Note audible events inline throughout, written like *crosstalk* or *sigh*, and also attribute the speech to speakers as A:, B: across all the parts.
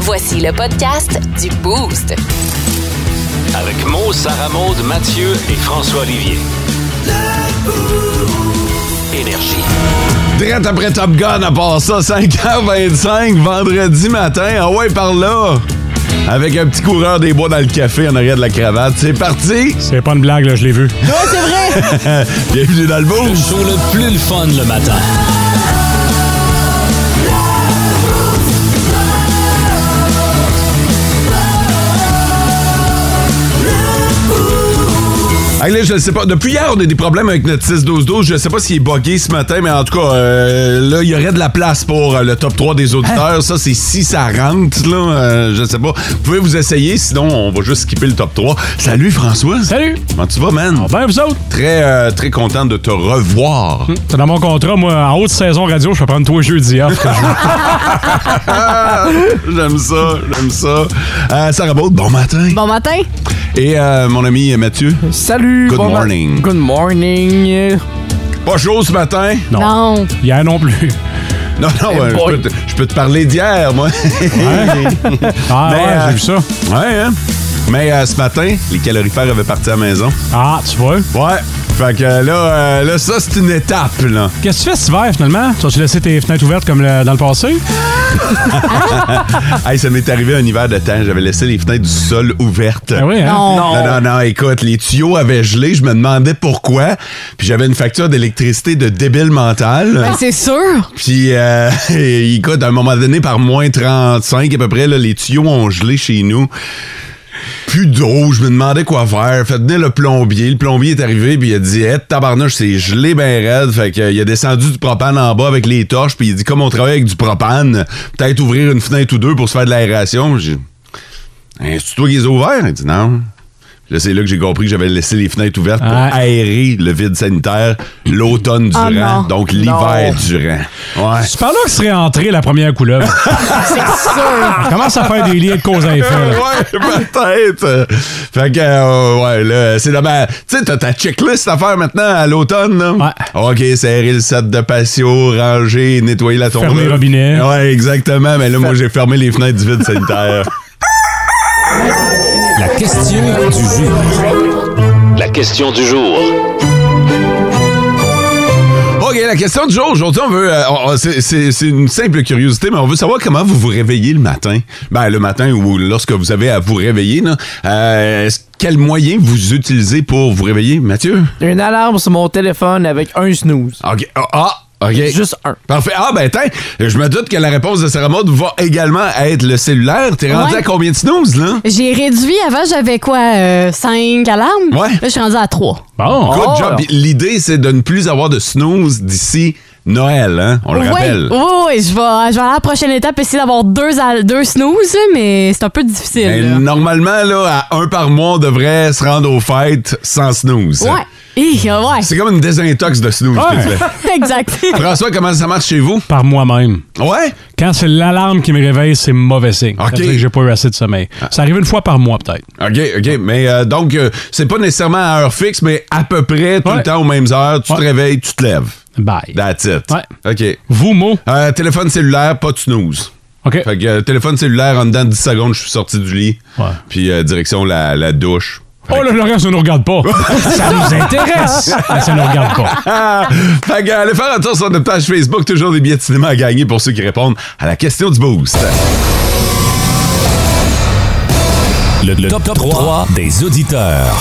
A: Voici le podcast du Boost.
B: Avec Mo, Sarah Maud, Mathieu et François Olivier. Énergie.
C: Direct après Top Gun, à part ça, 5h25, vendredi matin. Ah ouais, par là! Avec un petit coureur des bois dans le café en arrière de la cravate. C'est parti!
D: C'est pas une blague, là, je l'ai vu.
E: Ouais, c'est vrai!
C: Euh, Bienvenue dans le
B: Le
C: bouge!
B: show le plus le fun le matin.
C: Hey, là, je sais pas. Depuis hier, on a des problèmes avec notre 6-12-12. Je sais pas s'il est buggé ce matin, mais en tout cas, euh, là, il y aurait de la place pour euh, le top 3 des auditeurs. Ça, c'est si ça rentre, là. euh, je sais pas. Vous pouvez vous essayer, sinon, on va juste skipper le top 3. Salut, François!
D: Salut!
C: Comment tu vas, man?
D: Ben, vous autres?
C: Très, euh, très content de te revoir.
D: C'est dans mon contrat, moi, en haute saison radio, je vais prendre trois jeudis off.
E: *laughs*
C: *laughs* J'aime ça, j'aime ça. Euh, Sarah Baud, bon matin.
E: Bon matin!
C: Et euh, mon ami Mathieu,
F: Salut!
C: Good
F: bon ma-
C: morning.
F: Good morning!
C: pas chaud ce matin?
E: Non!
D: Hier non plus.
C: Non, non,
F: Hey
C: euh, je,
F: boy.
C: peux te, je peux te parler d'hier, moi. *laughs*
D: Ah,
C: Mais,
D: ouais,
C: euh,
D: j'ai vu ça.
C: ouais, hein? Mais euh, ce matin, les calorifères avaient parti à la maison.
D: Ah, tu vois.
C: Ouais. Fait que là, euh, là ça, c'est une étape, là.
D: Qu'est-ce que tu fais cet hiver, finalement? Tu vas-tu laisser tes fenêtres ouvertes comme le- dans le passé?
C: Hey, ça m'est arrivé un hiver de temps. J'avais laissé les fenêtres du sol ouvertes.
D: Ah oui, hein?
E: Ben Non!
C: Non, non, non, écoute, les tuyaux avaient gelé, je me demandais pourquoi. Puis j'avais une facture d'électricité de débile mental.
E: Ben, c'est sûr!
C: Puis, euh, *laughs* écoute, à un moment donné, par moins 35 à peu près, là, les tuyaux ont gelé chez nous. Plus d'eau, je me demandais quoi faire. Fait venir le plombier. Le plombier est arrivé, puis il a dit Hey, tabarnouche, c'est gelé ben raide. Fait que, euh, il a descendu du propane en bas avec les torches, puis il a dit Comme on travaille avec du propane, peut-être ouvrir une fenêtre ou deux pour se faire de l'aération. J'ai dit Hein, C'est toi qui les as ouverts Il dit Non. Puis Là, c'est là que j'ai compris que j'avais laissé les fenêtres ouvertes pour
D: Ouais.
C: aérer le vide sanitaire l'automne
E: Ah,
C: durant,
E: non.
C: donc l'hiver
F: Non.
C: durant. Ouais.
D: C'est par là que serait entrée la première couleuvre.
E: *laughs* C'est sûr!
D: On commence à faire des liens de cause à effet. là.
C: ouais, peut-être. Fait que, euh, ouais, là, c'est dommage. Tu sais, t'as ta checklist à faire maintenant à l'automne, là.
D: Ouais.
C: OK, serrer le set de patio, ranger, nettoyer la tournure.
D: Fermer le robinet.
C: Ouais, exactement. Mais là, moi, j'ai fermé les fenêtres du vide
D: *laughs*
C: sanitaire.
B: La question du jour. La question du jour.
C: OK, la question du jour. Aujourd'hui, on veut. euh, on- on- c'est- c'est c'est une simple curiosité, mais on veut savoir comment vous vous réveillez le matin. Ben, le matin ou lorsque vous avez à vous réveiller, là. Euh, est-ce- quel moyen vous utilisez pour vous réveiller, Mathieu?
F: Une alarme sur mon téléphone avec un snooze.
C: OK. Ah, Ah, OK.
F: Juste un.
C: Parfait. Ah, ben, tiens, je me doute que la réponse de Sarah Maud va également être le cellulaire. T'es rendu
E: Ouais.
C: à combien de snooze, là?
E: J'ai réduit. Avant, j'avais quoi? 5 alarmes?
C: Ouais.
E: Là, je suis rendue à 3.
D: Bon.
C: Good
F: Oh.
C: job. Puis L'idée, c'est de ne plus avoir de snooze d'ici Noël, hein? On le
E: oui,
C: rappelle.
E: oui, oui, je vais, je vais aller à la prochaine étape essayer d'avoir deux, al- deux snooze, mais c'est un peu difficile.
C: Mais
E: là.
C: normalement, là, à un par mois, on devrait se rendre aux fêtes sans snooze.
E: Ouais. Hi, ouais.
C: *laughs* C'est comme une désintox de snooze.
D: Ouais.
C: que tu fais.
E: *laughs* exact.
C: François, comment ça marche chez vous?
D: Par moi-même.
C: Ouais?
D: Quand c'est l'alarme qui me réveille, c'est mauvais signe. Ça
C: OK. Ah.
D: veut dire que j'ai pas eu assez de sommeil. Ça arrive une fois par mois, peut-être.
C: OK, OK. Mais euh, donc, euh, c'est pas nécessairement à heure fixe, mais à peu près tout
D: Ouais.
C: le temps aux mêmes heures. Tu te
D: Ouais.
C: réveilles, tu te lèves.
D: Bye.
C: That's it.
D: Ouais.
C: OK.
D: Vous, mot.
C: Euh, téléphone cellulaire, pas de snooze.
D: OK.
C: Fait que euh, téléphone cellulaire, en dedans de 10 secondes, je suis sorti du lit.
D: Ouais.
C: Puis euh, direction la, la douche. *laughs*
D: Oh, le, le reste ne nous regarde pas. *laughs* ça nous intéresse. mais ça ne nous regarde pas.
C: Ah! Fait que euh, allez faire un tour sur notre page Facebook. Toujours des billets de cinéma à gagner pour ceux qui répondent à la question du boost.
B: Le, top, 3, des auditeurs.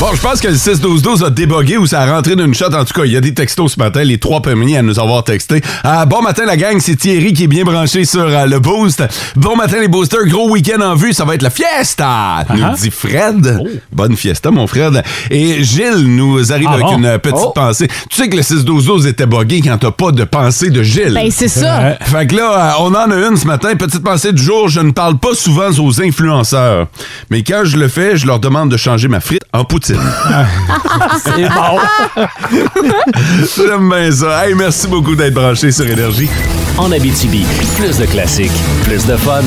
C: Bon, je pense que le 6-12-12 a débogué ou ça a rentré d'une shot. En tout cas, il y a des textos ce matin, les trois premiers à nous avoir texté. Ah, bon matin, la gang, c'est Thierry qui est bien branché sur euh, le boost. Bon matin, les boosters, gros week-end en vue, ça va être la fiesta,
D: Ah,
C: nous dit Fred.
D: Oh.
C: Bonne fiesta, mon Fred. Et Gilles nous arrive
D: Ah
C: avec
D: bon?
C: une petite
F: Oh.
C: pensée. Tu sais que le 6-12-12 était bogué quand t'as pas de pensée de Gilles.
E: Ben, c'est ça.
D: Ouais.
C: Fait que là, euh, on en a une ce matin. Petite pensée du jour, je ne parle pas souvent aux influenceurs. Mais quand je le fais, je leur demande de changer ma frite en poutine.
F: *laughs* C'est bon.
C: *laughs* J'aime bien ça. Hey, merci beaucoup d'être branché sur Énergie.
B: En Abitibi, plus de classiques, plus de fun.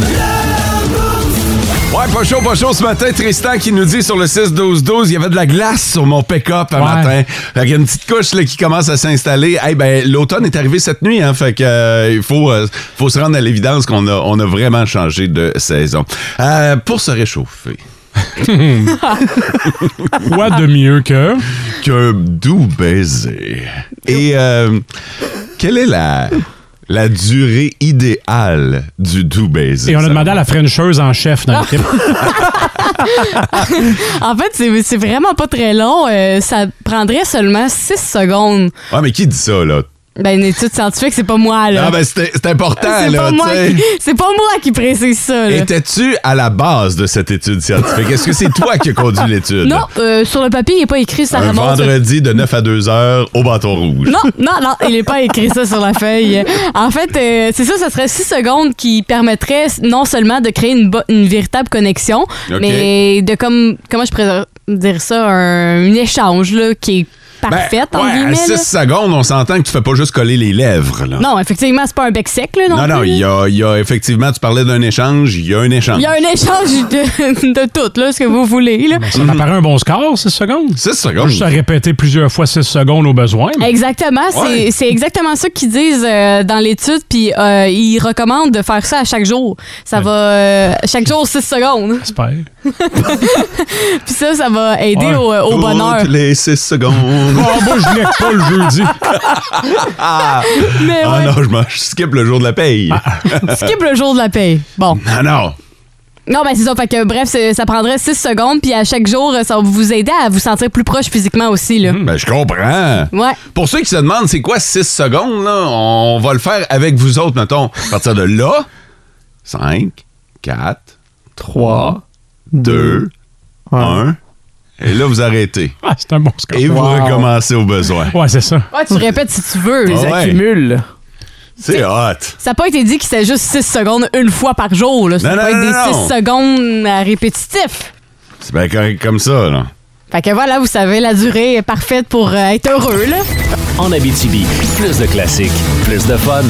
C: Ouais, pas chaud, pas chaud ce matin. Tristan qui nous dit sur le 6-12-12, il y avait de la glace sur mon pick-up un
D: Ouais.
C: matin. Fait qu'il y a une petite couche là, qui commence à s'installer. Eh ben, l'automne est arrivé cette nuit, hein. Fait que euh, il faut, euh, faut se rendre à l'évidence qu'on a, on a vraiment changé de saison. Euh, pour se réchauffer,
D: Quoi de mieux que.
C: qu'un doux baiser. Et euh, quelle est la, la durée idéale du doux baiser?
D: Et on a
C: ça?
D: demandé à la Frencheuse en chef dans *laughs* l'équipe.
E: En fait, c'est c'est vraiment pas très long. Euh, ça prendrait seulement 6 secondes.
C: Ah, mais qui dit ça, là?
E: Ben, une étude scientifique, c'est pas moi, là.
D: Euh,
C: Ah, ben, c'est c'est important,
E: *laughs* c'est
C: là,
E: pas, moi
C: tu sais.
E: qui- c'est pas moi qui précise ça, là.
C: Étais-tu à la base de cette étude scientifique? Est-ce que c'est toi qui as conduit l'étude?
E: Non, euh, sur le papier, il n'est pas écrit ça
C: Un
E: remonte.
C: vendredi de 9 à 2 heures au bâton rouge.
E: Non, non, non, il n'est pas écrit ça sur la feuille. En fait, euh, c'est ça, ça serait six secondes qui permettraient non seulement de créer une, bo- une véritable connexion,
C: Ok.
E: mais de comme, comment je pourrais dire ça, un, un échange là, qui est parfait,
C: Ben,
E: en
C: ouais, à
E: guillemets.
C: 6
E: là.
C: secondes, on s'entend que tu fais pas juste coller les lèvres. Là.
E: Non, effectivement, c'est pas un bec sec, là, non
C: non, non,
E: plus,
C: il y
E: là.
C: a, il y a- effectivement, tu parlais d'un échange, il y a un échange.
E: Il y a un échange de, de tout, là, ce que vous voulez, là.
D: Ça m'apparaît un bon score, 6 secondes.
C: 6
D: Moi,
C: secondes.
D: je t'ai répété plusieurs fois 6 secondes au besoin. mais-
E: Exactement,
C: Ouais.
E: c'est c'est exactement ça qu'ils disent euh, dans l'étude, puis euh, ils recommandent de faire ça à chaque jour. Ça va euh, chaque jour 6 secondes,
D: J'espère.
E: puis ça, ça va aider
D: Ouais.
E: au, euh, au
C: Toutes
E: bonheur.
C: les 6 secondes.
D: Ah, moi, je n'ai pas le jeudi.
E: Mais
C: Ah
E: ouais, Ah.
C: non, je, m'en- je skip le jour de la paye.
E: skip le jour de la paye. Bon,
C: Ah non.
E: non, ben c'est ça. Fait que bref, c'est- ça prendrait 6 secondes, puis à chaque jour, euh, ça va vous aider à vous sentir plus proche physiquement aussi là.
C: Ben, je comprends.
E: Ouais.
C: Pour ceux qui se demandent c'est quoi 6 secondes, là, on va le faire avec vous autres, mettons. À partir de là, 5, 4,
F: 3,
C: 2, 1. Et là, vous arrêtez.
D: Ah, c'est un bon score.
C: Et vous
F: Wow.
C: recommencez au besoin.
D: Ouais, c'est ça.
E: Ouais, tu répètes si tu veux.
C: Ah
F: Ils
C: ouais.
F: accumulent.
C: C'est hot.
E: Ça n'a pas été dit que c'était juste 6 secondes une fois par jour. Là. Ça
C: Non,
E: peut
C: non,
E: être
C: non,
E: des
C: non.
E: 6 secondes à répétitif.
C: C'est bien correct comme ça, là.
E: Fait que voilà, vous savez, la durée est parfaite pour euh, être heureux, là.
B: En Abitibi, plus de classiques, plus de fun.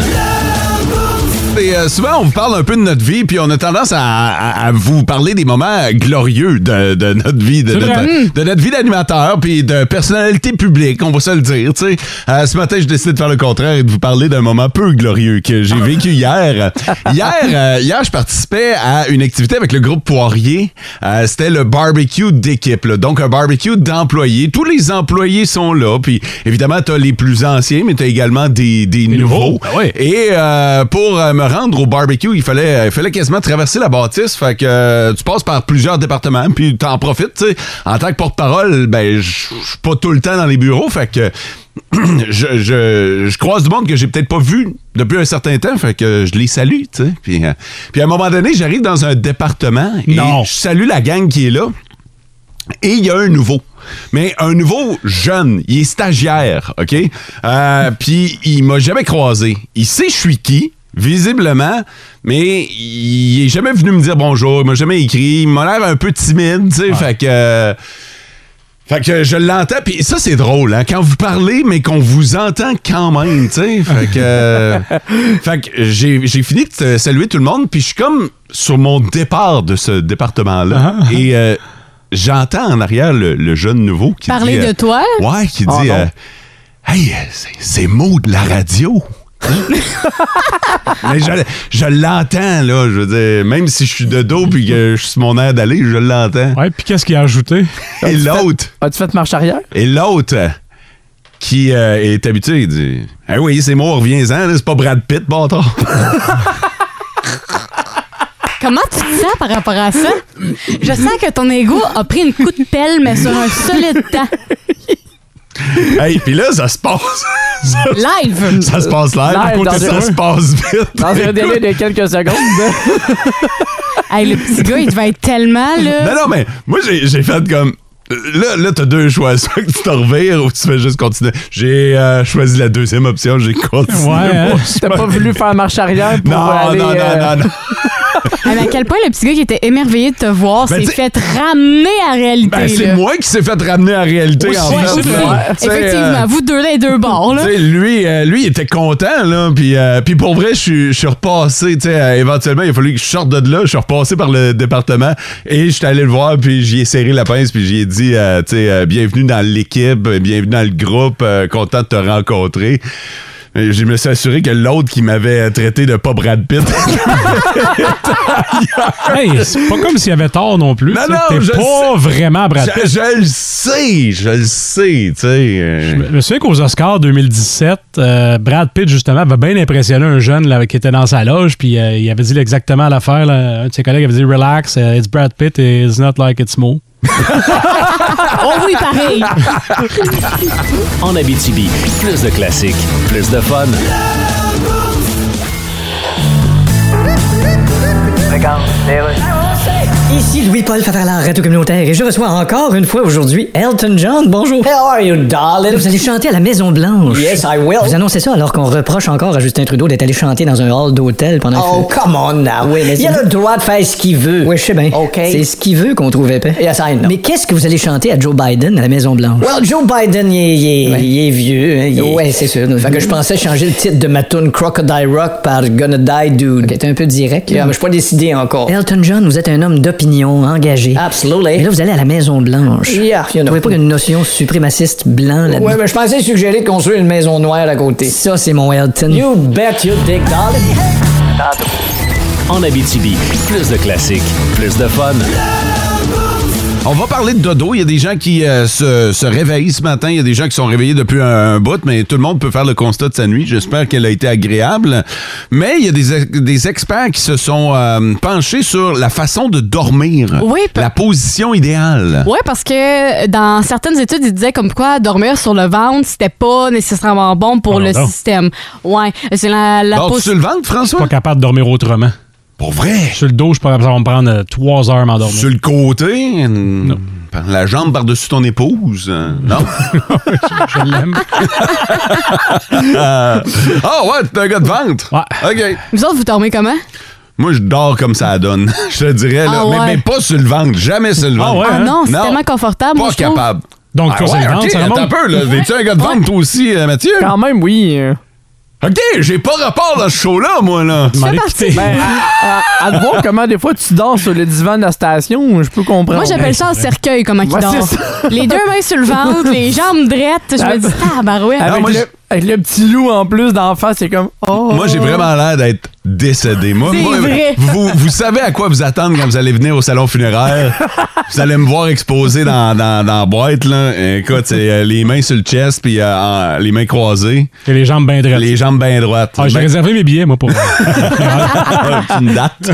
C: Et, euh, souvent, on vous parle un peu de notre vie, puis on a tendance à, à- à vous parler des moments glorieux de, de notre vie, de
D: C'est vrai.
C: notre, de notre vie d'animateur, puis de personnalité publique, on va se le dire. tu sais. Euh, ce matin, je décide de faire le contraire et de vous parler d'un moment peu glorieux que j'ai vécu hier. Hier, euh, hier, je participais à une activité avec le groupe Poirier. Euh, C'était le barbecue d'équipe, là. donc un barbecue d'employés. Tous les employés sont là, puis évidemment, tu as les plus anciens, mais tu as également des, des nouveaux.
D: nouveaux, ben oui.
C: Et euh, pour euh, me rendre au barbecue, il fallait, il fallait quasiment traverser la bâtisse. Fait que euh, tu passes par plusieurs départements, puis t'en profites. tu sais. En tant que porte-parole, ben je je suis pas tout le temps dans les bureaux. Fait que *clears throat* je, je- je croise du monde que j'ai peut-être pas vu depuis un certain temps. Fait que je les salue. tu sais. Puis, euh, puis à un moment donné, j'arrive dans un département et
D: Non.
C: je salue la gang qui est là. Et il y a un nouveau. Mais un nouveau jeune. Il est stagiaire, OK? Euh, Puis il m'a jamais croisé. Il sait je suis qui, visiblement, mais il est jamais venu me dire bonjour. Il m'a jamais écrit. Il m'a l'air un peu timide, tu sais. Fait que. euh, Fait que je l'entends, puis ça, c'est drôle, hein, quand vous parlez, mais qu'on vous entend quand même, tu sais. Fait que, euh, fait que j'ai, j'ai fini de te saluer tout le monde, puis je suis comme sur mon départ de ce département-là. et euh, j'entends en arrière le, le jeune nouveau qui
E: Parler
C: dit...
E: de
C: euh,
E: toi?
C: Ouais, qui
F: Ah
C: dit...
F: non.
C: euh, hey, c'est, c'est Maud de la radio. mais je, je l'entends, là, je veux dire, même si je suis de dos puis que je suis sur mon air d'aller, je l'entends.
D: Ouais, puis qu'est-ce qu'il a *laughs* ajouté?
C: Et l'autre...
F: As-tu fait marche
C: *laughs*
F: arrière?
C: Et l'autre, euh, qui euh, est habitué, il dit Ah oui, c'est moi, reviens-en, là, c'est pas Brad Pitt,
F: *laughs*
C: bâtard.
E: Comment tu te sens par rapport à ça? Je sens que ton ego a pris une coup de pelle, mais sur un solide temps.
C: hey, puis là, ça se passe. *laughs* ça,
E: Live!
C: ça se passe live,
F: Live,
C: à côté
F: dans
C: de ça
F: un-
C: se passe vite.
F: Dans
C: *laughs*
F: un délai de quelques secondes.
E: Hey, le petit gars, il devait être tellement,
C: *laughs* Non,
E: là.
C: non, mais moi, j'ai j'ai fait comme. Là, là t'as deux choix. *laughs* Soit que tu te revires ou tu fais juste continuer. J'ai euh, choisi la deuxième option, j'ai
F: *laughs*
C: continué.
D: Ouais, hein?
C: moi.
F: T'as pas voulu faire marche arrière pour
C: *laughs* Non,
F: aller...
C: non, non,
F: euh,
C: non, non.
E: Mais à quel point le petit gars qui était émerveillé de te voir
C: Ben,
E: s'est
C: t'sais-
E: fait ramener à la réalité.
C: Ben, c'est
E: là.
C: moi qui s'est fait ramener à la réalité,
D: Oui,
C: en
D: c'est
E: Ouais,
C: fait.
D: ça.
E: aussi.
C: là. Tu sais, euh,
E: Effectivement, vous deux là et deux bords. là.
C: Tu sais, lui, euh, lui, il était content, là. Puis, euh, puis pour vrai, je suis- je suis repassé. Tu sais, euh, éventuellement, il a fallu que je sorte de là. Je suis repassé par le département et je suis allé le voir. Puis j'y ai serré la pince. Puis j'y ai dit, euh, tu sais, euh, bienvenue dans l'équipe, euh, bienvenue dans le groupe, euh, content de te rencontrer. Et Je me suis assuré que l'autre qui m'avait traité de pas Brad Pitt. *laughs*
D: Hey, c'est pas comme s'il y avait tort non plus.
C: Non,
D: tu sais,
C: non, je
D: T'es pas vraiment Brad Pitt.
C: je je le sais, je le sais, tu sais. euh.
D: Je me souviens qu'aux Oscars 2017, euh, Brad Pitt, justement, avait bien impressionné un jeune là, qui était dans sa loge, puis euh, il avait dit exactement l'affaire. là. Un de ses collègues avait dit Relax, euh, it's Brad Pitt, it's not like it's Mo.
E: Oh *laughs* oui, pareil.
B: En Abitibi, plus de classiques, plus de fun.
G: Ici Louis-Paul Favarlard, Radio Communautaire, et je reçois encore une fois aujourd'hui Elton John. Bonjour.
H: How are you, darling?
G: Vous allez chanter à la Maison Blanche.
H: Yes, I will.
G: Vous annoncez ça alors qu'on reproche encore à Justin Trudeau d'être allé chanter dans un hall d'hôtel pendant
H: Oh,
G: que...
H: come on now.
G: Oui, mais
H: Il a
G: c'est-
H: le droit de faire ce qu'il veut.
G: Oui, je sais bien.
H: OK.
G: C'est ce qu'il veut qu'on trouve épais.
H: Yes, I know.
G: Mais qu'est-ce que vous allez chanter à Joe Biden à la Maison Blanche?
H: Well, Joe Biden, il est, il est-
G: Ouais.
H: il est vieux. hein, il est-
G: Ouais, c'est sûr.
H: Fait que je pensais changer le titre de ma tune Crocodile Rock par Gonna Die Dude.
G: Ok, t'es un peu direct. là.
H: Yeah, Ah, mais je suis pas décidé encore.
G: Elton John, vous êtes un homme d'opinion, engagé. Et
H: Absolutely.
G: là, vous allez à la Maison Blanche.
H: Ah, ben. Yeah, you
G: Vous
H: know.
G: trouvez pas qu'il y a une notion suprémaciste blanc là-dedans?
H: Ouais, mais je pensais suggérer de construire une maison noire à côté.
G: Ça, c'est mon Elton. *laughs*
H: You bet you dick, darling.
B: En Abitibi, plus de classiques, plus de fun.
C: On va parler de dodo. Il y a des gens qui euh, se, se réveillent ce matin. Il y a des gens qui sont réveillés depuis un, un bout, mais tout le monde peut faire le constat de sa nuit. J'espère qu'elle a été agréable. Mais il y a des, ex- des experts qui se sont euh, penchés sur la façon de dormir.
E: Oui, pe-
C: La position idéale.
E: Oui, parce que dans certaines études, ils disaient comme quoi dormir sur le ventre, c'était pas nécessairement bon pour
C: Ah
D: Oh
E: le
D: non.
E: système. Ouais, c'est la, la
C: Alors,
E: pos-
C: tu le ventre, François?
D: Pas capable de dormir autrement.
C: Pour vrai?
D: Sur le dos, je pourrais- ça va me prendre euh, trois heures à m'endormir.
C: Sur le côté? euh, par- La jambe par-dessus ton épouse? euh,
E: *laughs*
C: Non?
D: Je *laughs* l'aime.
C: Ah ouais, t'es un gars de ventre?
D: Ouais.
C: OK.
E: Vous autres, vous dormez comment?
C: Moi, je dors comme ça donne. *laughs* je te dirais, là.
E: Ah
C: Mais-
E: ouais.
C: mais, pas sur le ventre. Jamais sur le
D: Ah
C: ventre.
D: ouais,
E: Ah
D: hein?
E: non, c'est
C: Non.
E: tellement confortable. moi,
C: Pas
E: je trouve.
C: capable.
D: Donc,
C: Ah
D: toi, c'est
C: ouais,
D: le ventre,
C: ok,
D: ça
C: attends un
D: remonte.
C: peu, là. Es-tu un gars de ventre, toi aussi, euh, Mathieu?
F: Quand même, oui. euh.
C: OK, j'ai pas rapport à ce show-là, moi, là.
E: fais
D: Demander qui
E: partie
D: t'es.
F: Ben, à, à- à te voir comment des fois tu dors sur le divan de la station, je peux comprendre.
E: Moi, j'appelle ça un cercueil, comment il
F: Ouais,
E: dort.
F: c'est
E: Les deux mains sur le ventre, les jambes drettes. Je me dis,
C: Ah,
E: tabarouette.
F: Avec,
C: Non, moi,
F: le, avec le petit loup en plus d'en face, c'est comme. Oh.
C: Moi, j'ai vraiment l'air d'être décédé. Moi,
E: C'est
C: moi,
E: vrai.
C: Vous, vous savez à quoi vous attendre quand vous allez venir au salon funéraire.
E: *laughs*
C: vous allez me voir exposé dans, dans, dans la boîte, là. Écoute, c'est euh, les mains sur le chest, puis euh, en- les mains croisées,
D: J'ai les jambes bien droites.
C: les jambes bien droites.
D: Ah, j'ai
C: Ben, *laughs* Ah,
D: réservé mes billets, moi, pour.
C: une
D: *laughs*
C: date.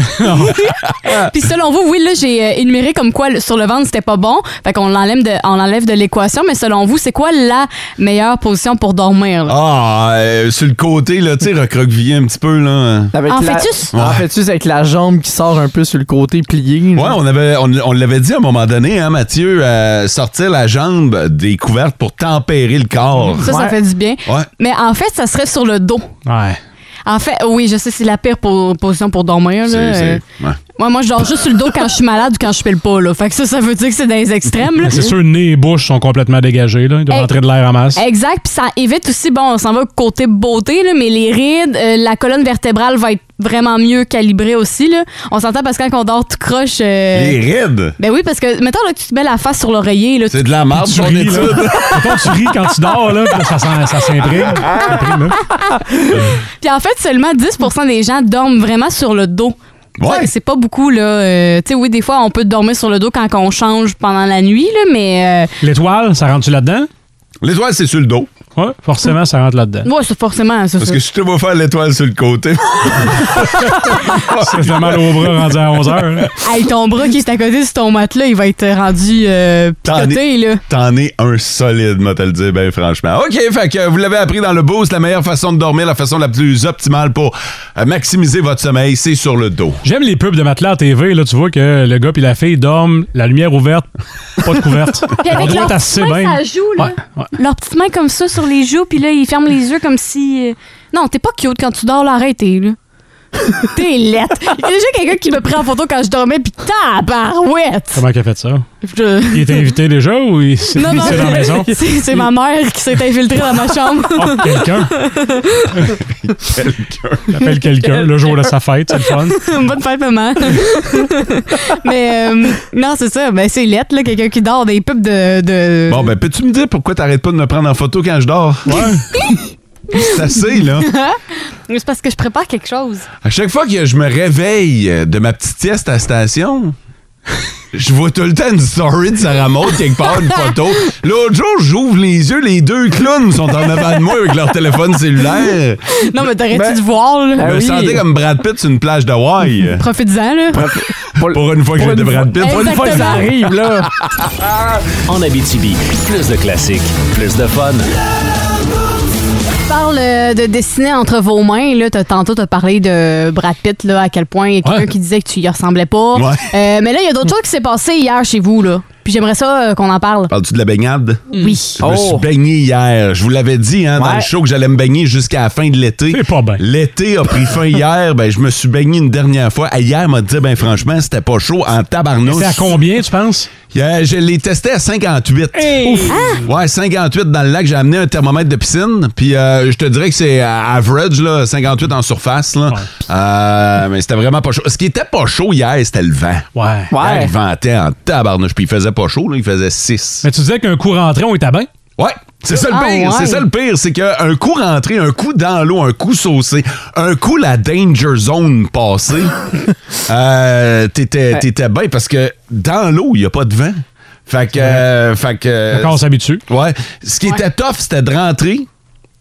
D: Ah,
E: Puis selon vous, oui, là, j'ai euh, énuméré comme quoi le- sur le ventre, c'était pas bon. Fait qu'on l'enlève de, on l'enlève de l'équation. Mais selon vous, c'est quoi la meilleure position pour dormir? là?
C: Ah, euh, sur le côté, là, tu sais, recroquevillé un petit peu, là.
F: Avec
E: En
F: la-
E: fœtus?
F: En fœtus avec la jambe qui sort un peu sur le côté plié.
C: Ouais, on avait, on, on l'avait dit à un moment donné, hein, Mathieu, euh, sortir la jambe découverte pour tempérer le corps.
E: Ça, ça
F: ouais.
E: fait du bien.
C: Ah, Ouais.
E: Mais en fait, ça serait sur le dos.
D: Ouais.
E: En fait, oui, je sais, c'est la pire po- position pour dormir. Là.
C: C'est- c'est- ouais.
E: Ouais, moi, je dors juste sur le dos quand je suis malade ou quand je fais le pas. Là. Fait que ça, ça veut dire que c'est dans les extrêmes. là.
D: Mais C'est sûr, nez et bouche sont complètement dégagés. Là. Ils doivent
E: Hey.
D: rentrer de l'air en masse.
E: Exact, puis ça évite aussi, bon, on s'en va côté beauté, là, mais les rides, euh, la colonne vertébrale va être vraiment mieux calibrée aussi. Là. On s'entend parce que quand on dort tout croche... euh,
C: Les rides,
E: Ben oui, parce que, mettons, là, que tu te mets la face sur l'oreiller, là,
C: c'est de la marde,
D: Tu
C: ton
D: ris,
C: étude.
D: là. Mettons, tu ris quand tu dors, là, puis là, ça, s'en- ça s'imprime.
C: *laughs*
D: Ça s'imprime, hein. là.
E: Puis en fait, seulement 10 des gens dorment vraiment sur le dos.
C: Ouais.
E: Ça, C'est pas beaucoup, là. Euh, tu sais, oui, des fois, on peut dormir sur le dos quand on change pendant la nuit, là, mais. euh,
D: L'étoile, ça rentre-tu là-dedans?
C: *laughs* L'étoile, c'est sur le dos.
D: Ouais, forcément, ça rentre là-dedans.
E: euh, ouais, c'est forcément ça.
C: Parce
E: ça.
C: que si tu vas faire l'étoile sur le côté, *laughs*
D: C'est mal au bras rendu à hein. 11 h
E: Hey, ton bras qui est à côté sur ton matelas, il va être rendu euh,
C: T'en
E: picoté, là.
C: t'en es un solide, moi te le dire, ben franchement. OK, fait que vous l'avez appris dans le boost, la meilleure façon de dormir, la façon la plus optimale pour euh, maximiser votre sommeil, c'est sur le dos.
D: J'aime les pubs de matelas à TV. Là, tu vois que le gars puis la fille dorment, la lumière ouverte, pas de couverte.
E: Puis
D: On
E: avec
D: doit
E: leurs
D: être assez
E: petites mains,
D: bien.
E: ça joue, là.
D: Ouais, ouais.
E: Leurs petites mains comme
C: *laughs*
E: ça sur les joues, puis là, ils ferment les yeux comme si. euh, Non, t'es pas cute quand tu dors, là, arrête, t'es, là. T'es lettre. Il y a déjà quelqu'un qui me pris en photo quand je dormais, puis tabarouette!
D: Comment qu'elle a fait ça?
E: Je-
D: Il était invité déjà ou il s'est
E: Non, non,
D: dans la
E: *laughs*
D: maison?
E: c'est c'est ma mère qui s'est infiltrée dans ma chambre. *laughs*
D: Oh, quelqu'un!
C: Quelqu'un.
D: Appelle quelqu'un le jour de sa fête, c'est le fun.
E: Bonne fête, maman. *laughs* mais euh, non, c'est ça. Ben, c'est lettre, là, quelqu'un qui dort des pubs de. de...
C: Bon, ben, peux-tu me dire pourquoi t'arrêtes pas de me prendre en photo quand je dors? Ouais. *laughs* C'est assez, là.
E: C'est parce que je prépare quelque chose.
C: À chaque fois que je me réveille euh, de ma petite sieste à la station, je vois tout le temps une story de Sarah Maud quelque part, une photo. L'autre jour, j'ouvre les yeux, les deux clowns sont en avant de moi avec leur téléphone cellulaire.
E: Non, mais t'aurais-tu
F: Ben-
E: dû voir, là?
F: Ah
C: je me
F: oui.
C: sentais comme Brad Pitt sur une plage d'Hawaï.
E: Profites-en, là.
C: Pour une fois que
F: Pour
C: j'ai de
F: une
C: Brad Pitt.
E: fois-
F: Pas une fois que ça arrive, là.
B: En Abitibi, plus de classiques, plus de fun.
E: Tu parles euh, de dessiner entre vos mains. Là, t'as- tantôt, tu as parlé de Brad Pitt, là, à quel point il y a quelqu'un
D: Ouais.
E: qui disait que tu y ressemblais pas.
C: Ouais.
E: Euh, mais là, il y a
C: Mm.
E: d'autres choses qui s'est passé hier chez vous. là. Puis j'aimerais ça euh, qu'on en parle.
C: Parles-tu de la baignade?
E: Oui.
C: Je me suis
F: Oh.
C: baigné hier. Je vous l'avais dit hein, dans
F: Ouais.
C: le show que j'allais me baigner jusqu'à la fin de l'été.
D: C'est pas bien.
C: L'été a pris fin hier. Ben, je me suis baigné une dernière fois. Et Hier, m'a dit, ben franchement, c'était pas chaud en tabarnouche.
D: C'est à combien, tu penses?
C: Euh, je l'ai testé à 58. Ouf.
D: Ah!
C: Ouais, 58 dans le lac. J'ai amené un thermomètre de piscine. Puis euh, je te dirais que c'est euh, average, là, 58 en surface. Là.
D: Ouais.
C: Euh, mais c'était vraiment pas chaud. Ce qui était pas chaud hier, c'était le vent.
D: Ouais.
C: Hier,
F: Ouais.
C: il ventait en tabarnouche. Puis il faisait pas chaud, là, il faisait 6.
D: Mais tu disais qu'un coup rentré, on était bien?
C: Ouais. C'est ça le
E: Ah,
C: pire,
E: ouais.
C: c'est ça le pire, c'est qu'un coup rentré, un coup dans l'eau, un coup saucé, un coup la danger zone passée, euh, t'étais, t'étais bien parce que dans l'eau, il n'y a pas de vent. Fait que, euh, fait que-
D: Quand on s'habitue.
C: ouais. Ce qui était tough, c'était de rentrer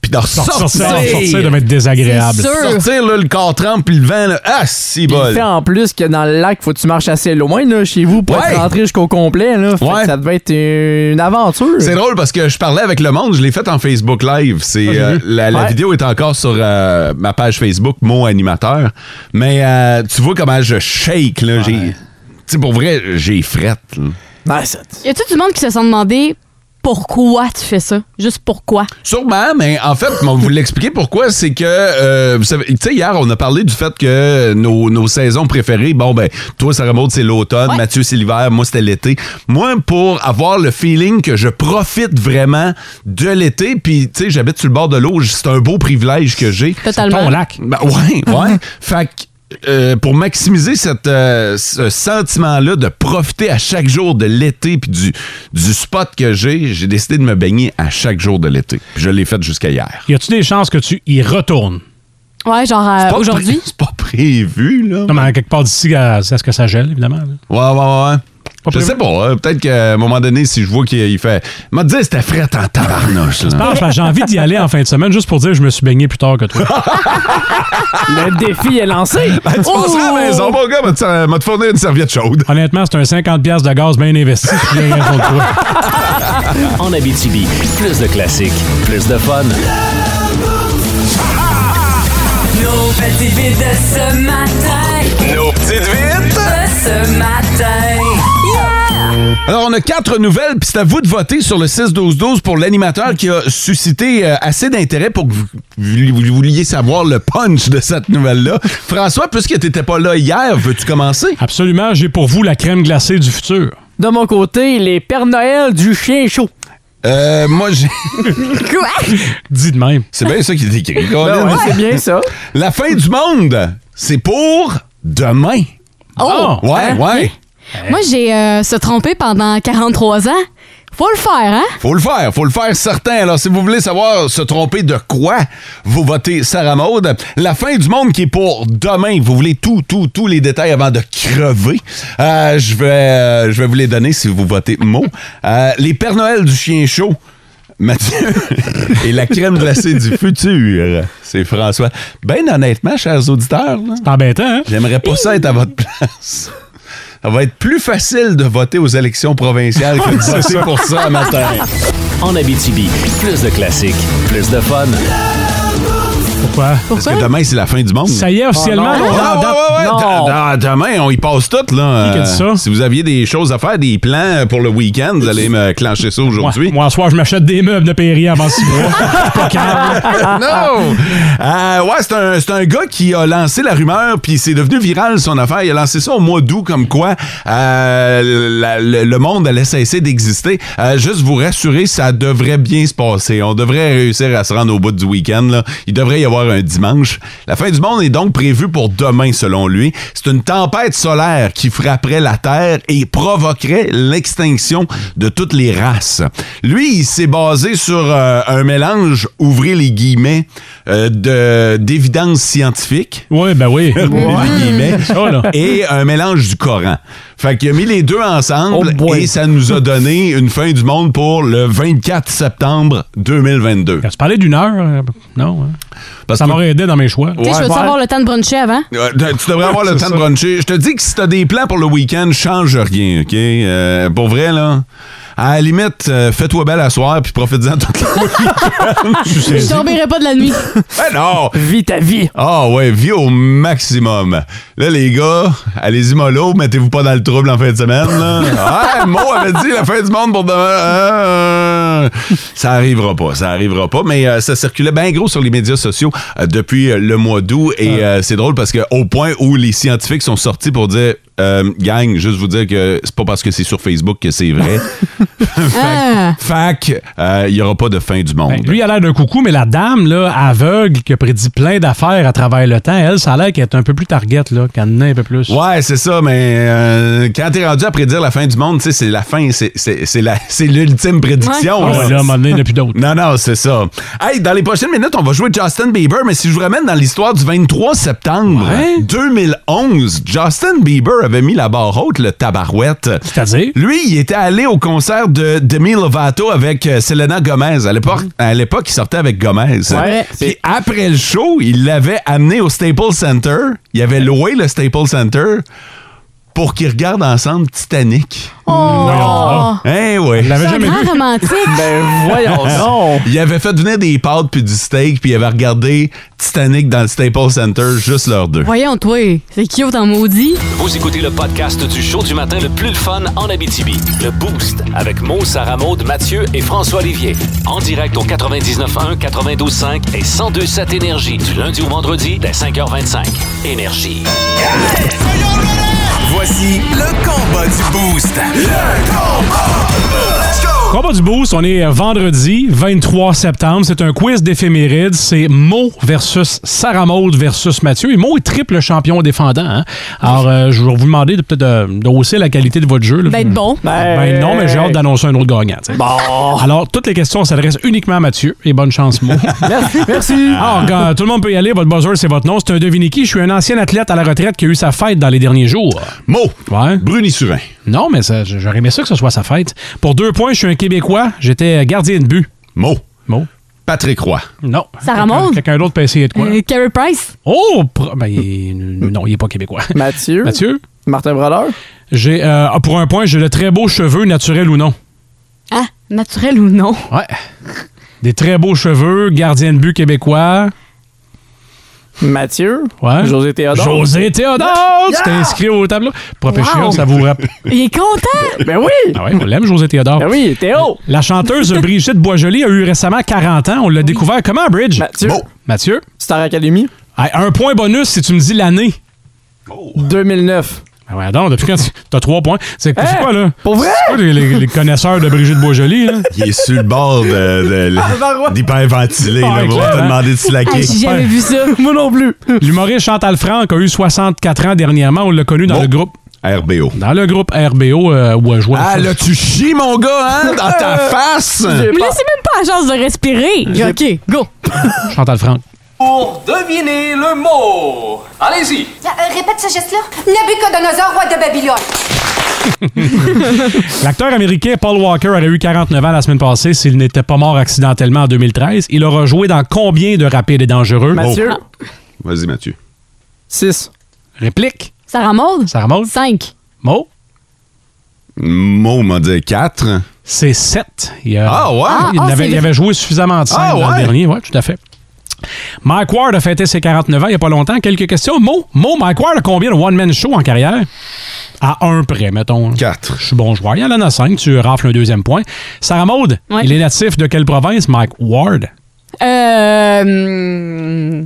C: puis de ressortir.
D: Sortir, sortir, sortir devait être
E: C'est
D: désagréable.
E: sûr.
C: Sortir, là, le corps trempe puis le vent, là, ah, si
F: Puis
C: bol.
F: Il fait en plus que dans le lac, faut que tu marches assez loin là, chez vous pour
C: Ouais.
F: être rentrer jusqu'au complet. Là. Fait que
C: Ouais.
F: Ça devait être une aventure.
C: C'est drôle parce que je parlais avec le monde, je l'ai fait en Facebook Live. C'est euh, la, la
F: Ouais.
C: vidéo est encore sur euh, ma page Facebook, Mon animateur. Mais euh, tu vois comment je shake là. J'ai, tu sais, pour vrai, j'ai frette. là.
F: Ouais, c'est-
E: Y a-tu du monde qui se sont demandé pourquoi tu fais ça? Juste pourquoi?
C: Sûrement, mais en fait, on va vous l'expliquer pourquoi, c'est que, euh, vous savez, tu sais, hier, on a parlé du fait que nos, nos saisons préférées, bon, ben, toi, Sarah Maud, c'est l'automne,
E: Ouais.
C: Mathieu, c'est l'hiver, moi, c'était l'été. Moi, pour avoir le feeling que je profite vraiment de l'été, puis, tu sais, j'habite sur le bord de l'eau, c'est un beau privilège que j'ai.
E: Totalement.
D: Ton lac.
C: Ben, *laughs* ouais, ouais. fait que, euh, pour maximiser cette, euh, ce sentiment-là de profiter à chaque jour de l'été puis du, du spot que j'ai, j'ai décidé de me baigner à chaque jour de l'été. Puis Je l'ai fait jusqu'à hier.
D: Y a-tu des chances que tu y retournes?
E: Ouais, genre euh,
C: Pas
E: aujourd'hui.
C: pré- C'est pas prévu, là.
D: Non, mais à quelque part d'ici, à- c'est à ce que ça gèle, évidemment. là.
C: Ouais, ouais, ouais.
D: Pas
C: je
D: prévu.
C: sais pas, hein, peut-être qu'à un moment donné, si je vois qu'il il fait. M'a dit c'était fret en tabarnouche, là.
D: Parce que J'ai envie d'y aller en fin de semaine juste pour dire que je me suis baigné plus tard que toi.
C: *laughs*
F: Le défi est lancé. Oh!
C: Ben, tu passeras à la maison, mon gars, m'a te- m'a te fournir une serviette chaude.
D: Honnêtement, c'est un 50$ de gaz bien investi si j'ai rien contre toi.
B: En Abitibi, plus de classiques, plus de fun.
I: Nos petites vites de ce matin,
B: Nos petites vites!
I: de ce matin. Yeah!
C: Alors, on a quatre nouvelles, puis c'est à vous de voter sur le 6-12-12 pour l'animateur qui a suscité euh, assez d'intérêt pour que vous, vous- vous vouliez savoir le punch de cette nouvelle-là. François, puisque tu n'étais pas là hier, veux-tu commencer?
D: Absolument, j'ai pour vous la crème glacée du futur.
F: De mon côté, les Pères Noël du chien chaud.
C: Euh, moi, j'ai...
D: Dis de même.
C: *laughs* C'est bien ça qui est écrit,
F: Ben
C: Colin.
F: ouais, c'est bien ça.
C: La fin du monde, c'est pour demain. Hein?
E: Oh!
C: Ouais, ouais.
E: Moi, j'ai euh, se trompé pendant 43 ans. Faut le faire, hein?
C: Faut le faire, faut le faire certain. Alors, si vous voulez savoir se tromper de quoi, vous votez Sarah Maude. La fin du monde qui est pour demain. Vous voulez tout, tout, tous les détails avant de crever. Euh, je vais, euh, je vais vous les donner si vous votez mot. Euh, les Pères Noël du chien chaud. Mathieu *laughs* et la crème glacée du futur, c'est François. Ben honnêtement, chers auditeurs, là,
D: C'est embêtant, hein?
C: J'aimerais pas ça être à votre place. Ça va être plus facile de voter aux élections provinciales que de voter pour ça à matin.
B: En Abitibi, plus de classiques, plus de fun.
D: Pourquoi?
C: Parce que demain, c'est la fin du monde.
D: Ça y est, officiellement.
F: non.
D: on-
C: Ah, ouais, ouais, ouais.
F: Non.
C: Da- da- Demain, on y passe tout, là.
D: Qui a dit ça?
C: Euh, Si vous aviez des choses à faire, des plans pour le week-end, vous allez me clencher ça
D: Ouais,
C: aujourd'hui.
D: Moi, en soir, je m'achète des meubles de Perrier avant six mois. Je suis pas
C: *laughs*
D: calme.
C: non! Euh, ouais, c'est un, c'est un gars qui a lancé la rumeur, puis c'est devenu viral son affaire. Il a lancé ça au mois d'août, comme quoi euh, la- le, le monde allait cesser d'exister. Euh, juste vous rassurer, ça devrait bien se passer. On devrait réussir à se rendre au bout du week-end. là. Il devrait y avoir un dimanche. La fin du monde est donc prévue pour demain, selon lui. C'est une tempête solaire qui frapperait la Terre et provoquerait l'extinction de toutes les races. Lui, il s'est basé sur euh, un mélange, ouvrez les guillemets, euh, de- d'évidence scientifique.
D: Oui, ben oui.
C: ouvrez les
D: *laughs*
C: guillemets,
D: Ça, Oh là.
C: et un mélange du Coran. Fait qu'il a mis les deux ensemble
F: Oh boy.
C: et ça nous a donné une fin du monde pour le 24 septembre 2022.
D: Tu parlais d'une heure. euh, Non. hein.
C: Parce
D: Ça
C: que-
D: m'aurait aidé dans mes choix.
E: Tu sais, je veux
C: Ouais.
E: savoir le temps de bruncher avant.
C: Euh, de- tu devrais avoir le temps de bruncher. Je te dis que si t'as des plans pour le week-end, change rien, OK? Euh, pour vrai, là, à la limite, euh, fais-toi belle à soir puis profite-en tout le *laughs*
E: Je dormirai pas de la nuit.
C: Ben non!
F: Vis ta vie.
C: Ah ouais, vie au maximum. Là, les gars, allez-y mollo, mettez-vous pas dans le trouble en fin de semaine. *laughs* Là. Ah, Mo avait dit la fin du monde pour demain. Euh, ça arrivera pas, ça arrivera pas. Mais euh, ça circulait bien gros sur les médias sociaux euh, depuis euh, le mois d'août. Et euh, c'est drôle parce que au point où les scientifiques sont sortis pour dire... euh, gang, juste vous dire que c'est pas parce que c'est sur Facebook que c'est vrai. *laughs*
E: Ah.
C: Fac, euh, il y aura pas de fin du monde.
D: Ben, lui, il a l'air d'un coucou, mais la dame, là, aveugle, qui a prédit plein d'affaires à travers le temps, elle, ça a l'air qu'elle est un peu plus target, là, qu'elle en a un peu plus.
C: Ouais, c'est ça, mais euh, quand t'es rendu à prédire la fin du monde, tu sais, c'est la fin, c'est- c'est c'est la- *laughs* c'est l'ultime prédiction.
D: Ah ouais,
C: là.
D: là, à un moment donné, il n'y en a plus *laughs* d'autres.
C: Non, non, c'est ça. Hey, dans les prochaines minutes, on va jouer Justin Bieber, mais si je vous ramène dans l'histoire du 23 septembre
D: Ouais.
C: 2011, Justin Bieber avait mis la barre haute, le tabarouette.
D: C'est-à-dire?
C: Lui, il était allé au concert de Demi Lovato avec euh, Selena Gomez. À l'époque, à l'époque, il sortait avec Gomez.
F: Ouais,
C: Puis
F: c'est-
C: après le show, il l'avait amené au Staples Center. Il avait loué le Staples Center pour qu'ils regardent ensemble Titanic.
E: Oh!
C: Eh oui.
D: Elle l'avait
E: C'est un
D: jamais
E: grand
D: vu.
E: romantique.
F: Ben voyons donc.
C: Il avait fait venir des pâtes puis du steak, puis il avait regardé Titanic dans le Staples Center, juste leurs deux.
E: Voyons, toi, c'est cute en maudit.
B: Vous écoutez le podcast du show du matin le plus fun en Abitibi. Le Boost avec Mo, Sarah Maud, Mathieu et François Olivier. En direct au 99.1, 92.5 et 102.7 Énergie du lundi au vendredi dès 5h25. Énergie.
J: Voici le combat du Boost.
D: Combat du Boost, on est euh, vendredi 23 septembre. C'est un quiz d'éphémérides. C'est Mo versus Sarah Maud versus Mathieu. Et Mo est triple champion défendant. hein. Alors, euh, je vais vous demander de, peut-être euh, de hausser la qualité de votre jeu. là.
E: D'être bon.
D: Ben non, mais j'ai hâte d'annoncer un autre gagnant. tu sais. Alors, toutes les questions s'adressent uniquement à Mathieu. Et bonne chance, Mo.
F: Merci. Merci.
D: Alors, gars, Ah, euh, tout le monde peut y aller. Votre buzzer, c'est votre nom. C'est un devinez qui. Je suis un ancien athlète à la retraite qui a eu sa fête dans les derniers jours.
C: Mo,
D: Ouais.
C: Bruni Surin.
D: Non, mais ça, j'aurais aimé ça que ce soit sa fête. Pour deux points, je suis un Québécois. J'étais euh, gardien de but.
C: Mo,
D: Mo.
C: Patrick Roy.
D: Non.
E: Ça
D: Quelqu'un-
E: remonte?
D: Quelqu'un d'autre peut essayer de quoi?
E: Euh, Carey Price.
D: Oh! pro- ben, il- non, il n'est pas québécois.
F: Mathieu.
D: Mathieu,
F: Martin Brodeur.
D: j'ai, euh, ah, pour un point, j'ai de très beaux cheveux, naturels ou non.
E: Ah, naturel ou non?
D: Ouais. Des très beaux cheveux, gardien de but québécois.
F: Mathieu.
D: Ouais.
F: José Théodore.
D: José Théodore! Tu t'es inscrit au tableau. Propécheur,
E: Ah! Wow!
D: ça vous rappelle.
E: Il est content!
F: Ben oui.
D: Ah ouais, on l'aime, José Théodore.
F: Ben oui, Théo.
D: La chanteuse Brigitte Boisjoli a eu récemment 40 ans. On l'a découvert comment, Bridge?
F: Mathieu.
C: Bon.
D: Mathieu?
F: Star Academy.
D: Hey, un point bonus si tu me dis l'année.
F: 2009.
D: Ah ouais, donc, depuis quand tu as trois points? C'est c'est
F: Hein?
D: quoi, là?
F: Pour vrai?
D: C'est quoi les, les- les connaisseurs de Brigitte Boisjoli, hein? là?
C: Il est sur le bord de, de- d'hyperventilé. là,
D: Ah,
C: on va te
D: clairement.
C: demander de
E: Ah,
C: slacker.
E: J'ai jamais vu ça.
F: Moi non plus.
D: L'humoriste Chantal Franck a eu 64 ans dernièrement. On l'a connu dans
C: Bon.
D: le groupe
C: RBO.
D: dans le groupe RBO euh, où elle jouait.
C: Ah, là, tu chies, mon gars, hein, dans ta
D: Euh,
C: face!
E: Mais là, c'est même pas la chance de respirer. OK, go!
D: Chantal Franck.
I: Pour deviner le mot, allez-y.
K: Euh, répète ce geste-là. Nabucodonosor, roi de Babylone.
D: L'acteur américain Paul Walker aurait eu 49 ans la semaine passée s'il n'était pas mort accidentellement en 2013. Il aura joué dans combien de Rapides et Dangereux?
F: Mathieu.
C: Vas-y, Mathieu.
F: 6.
D: Réplique.
E: Sarah Maud?
D: Ça remonte.
E: 5.
D: Mo.
C: Mo m'a dit 4.
D: C'est 7. Il, a-
C: Ah ouais?
E: Ah,
D: il,
E: ah,
D: avait,
E: c'est
D: il avait joué suffisamment de scènes
C: Ah
D: dans le
C: ouais?
D: dernier. Ouais, tout à fait. Mike Ward a fêté ses 49 ans il n'y a pas longtemps. Quelques questions. Mo, Mo, Mike Ward a combien de one-man show en carrière? À un près, mettons. Quatre. Je suis bon joueur. Il y en a cinq. Tu rafles un deuxième point. Sarah Maud,
E: Ouais.
D: il est natif de quelle province, Mike Ward?
E: Euh.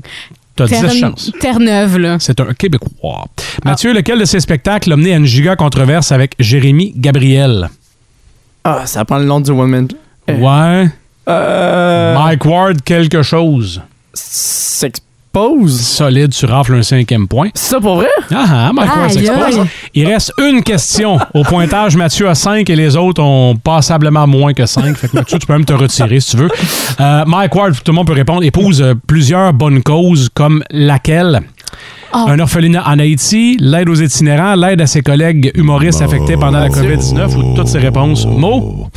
D: T'as 10
E: Terre-
D: chances.
E: Terre-Neuve, là.
D: C'est un Québécois.
E: Ah.
D: Mathieu, lequel de ses spectacles a mené à une giga controverse avec Jérémy Gabriel?
F: Ah, ça prend le nom du woman.
D: Ouais.
F: Euh.
D: Mike Ward, quelque chose.
F: S'expose.
D: Solide, tu rafles un cinquième point.
F: C'est ça pour vrai?
D: Ah, ah, Mike Ward
F: Aïe,
D: s'expose.
F: aïe.
D: Il reste une question. Au pointage, Mathieu a 5 et les autres ont passablement moins que 5. Fait que Mathieu, tu peux même te retirer si tu veux. Euh, Mike Ward, tout le monde peut répondre, épouse euh, plusieurs bonnes causes comme laquelle?
E: Oh.
D: Un orphelinat en Haïti, l'aide aux itinérants, l'aide à ses collègues humoristes affectés pendant la COVID-19 ou toutes ces réponses. Mo?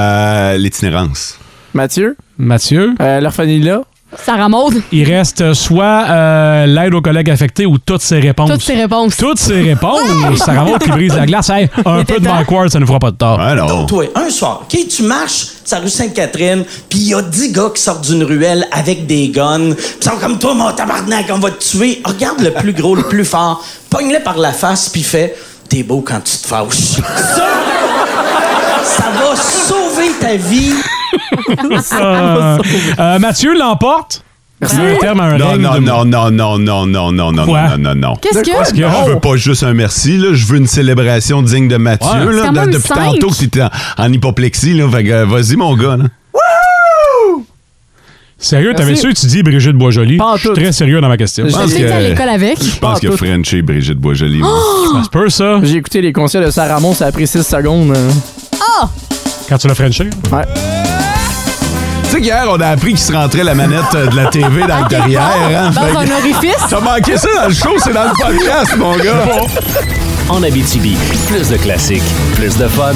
C: Euh, L'itinérance.
F: Mathieu? euh,
D: Mathieu?
F: L'orphelinat?
E: Sarah Maud.
D: Il reste soit euh, l'aide aux collègues affectés ou toutes ces réponses.
E: Toutes ces réponses.
D: Toutes ces réponses. Ça remonte qui brise la glace. Hey, un peu de Mike Ward, ça ne fera pas de tort.
C: Ah,
L: Donc, toi, un soir, OK, tu marches sur la rue Sainte-Catherine, puis il y a 10 gars qui sortent d'une ruelle avec des guns, pis ils sont comme toi, mon tabarnak, on va te tuer. Regarde le plus gros, le plus fort, pogne-le par la face, puis fais T'es beau quand tu te fâches. Ça, ça va sauver ta vie.
H: *laughs*
D: Euh, euh, Mathieu l'emporte. Il y a un terme à un
C: Non,
D: règne
C: non,
D: de-
C: non, non, non, non, non, non, non,
D: Quoi?
C: non, non, non.
E: Qu'est-ce De qu'il y a? quoi?
C: Je veux pas juste un merci, là. Je veux une célébration digne de Mathieu,
E: Ouais.
C: là.
E: C'est quand
C: De-
E: même
C: depuis
E: cinq.
C: tantôt que tu en, en hypoplexie, là. Fait que, euh, vas-y, mon gars, là.
D: Sérieux, t'avais
C: Merci.
D: su, tu dis Brigitte Boisjoli. Je suis très sérieux dans ma question. Ah,
C: Je pense
E: J'étais
C: que-
E: à l'école Oh! avec.
C: Je pense que French et Brigitte Boisjoli.
D: Ça se peut, ça.
F: J'ai écouté les conseils de Sarah Maud, ça a pris 6 secondes. euh.
E: Oh!
D: Quand tu l'as Frenché?
F: Ouais.
C: Tu sais qu'hier, on a appris qu'il se rentrait la manette euh, de la TV dans le derrière.
B: Ah,
C: Hein,
B: Dans
C: Fait
B: un
C: que-
B: orifice?
C: T'as manqué ça dans le show, c'est dans le podcast, mon gars.
B: En Abitibi, plus de classiques, plus de fun.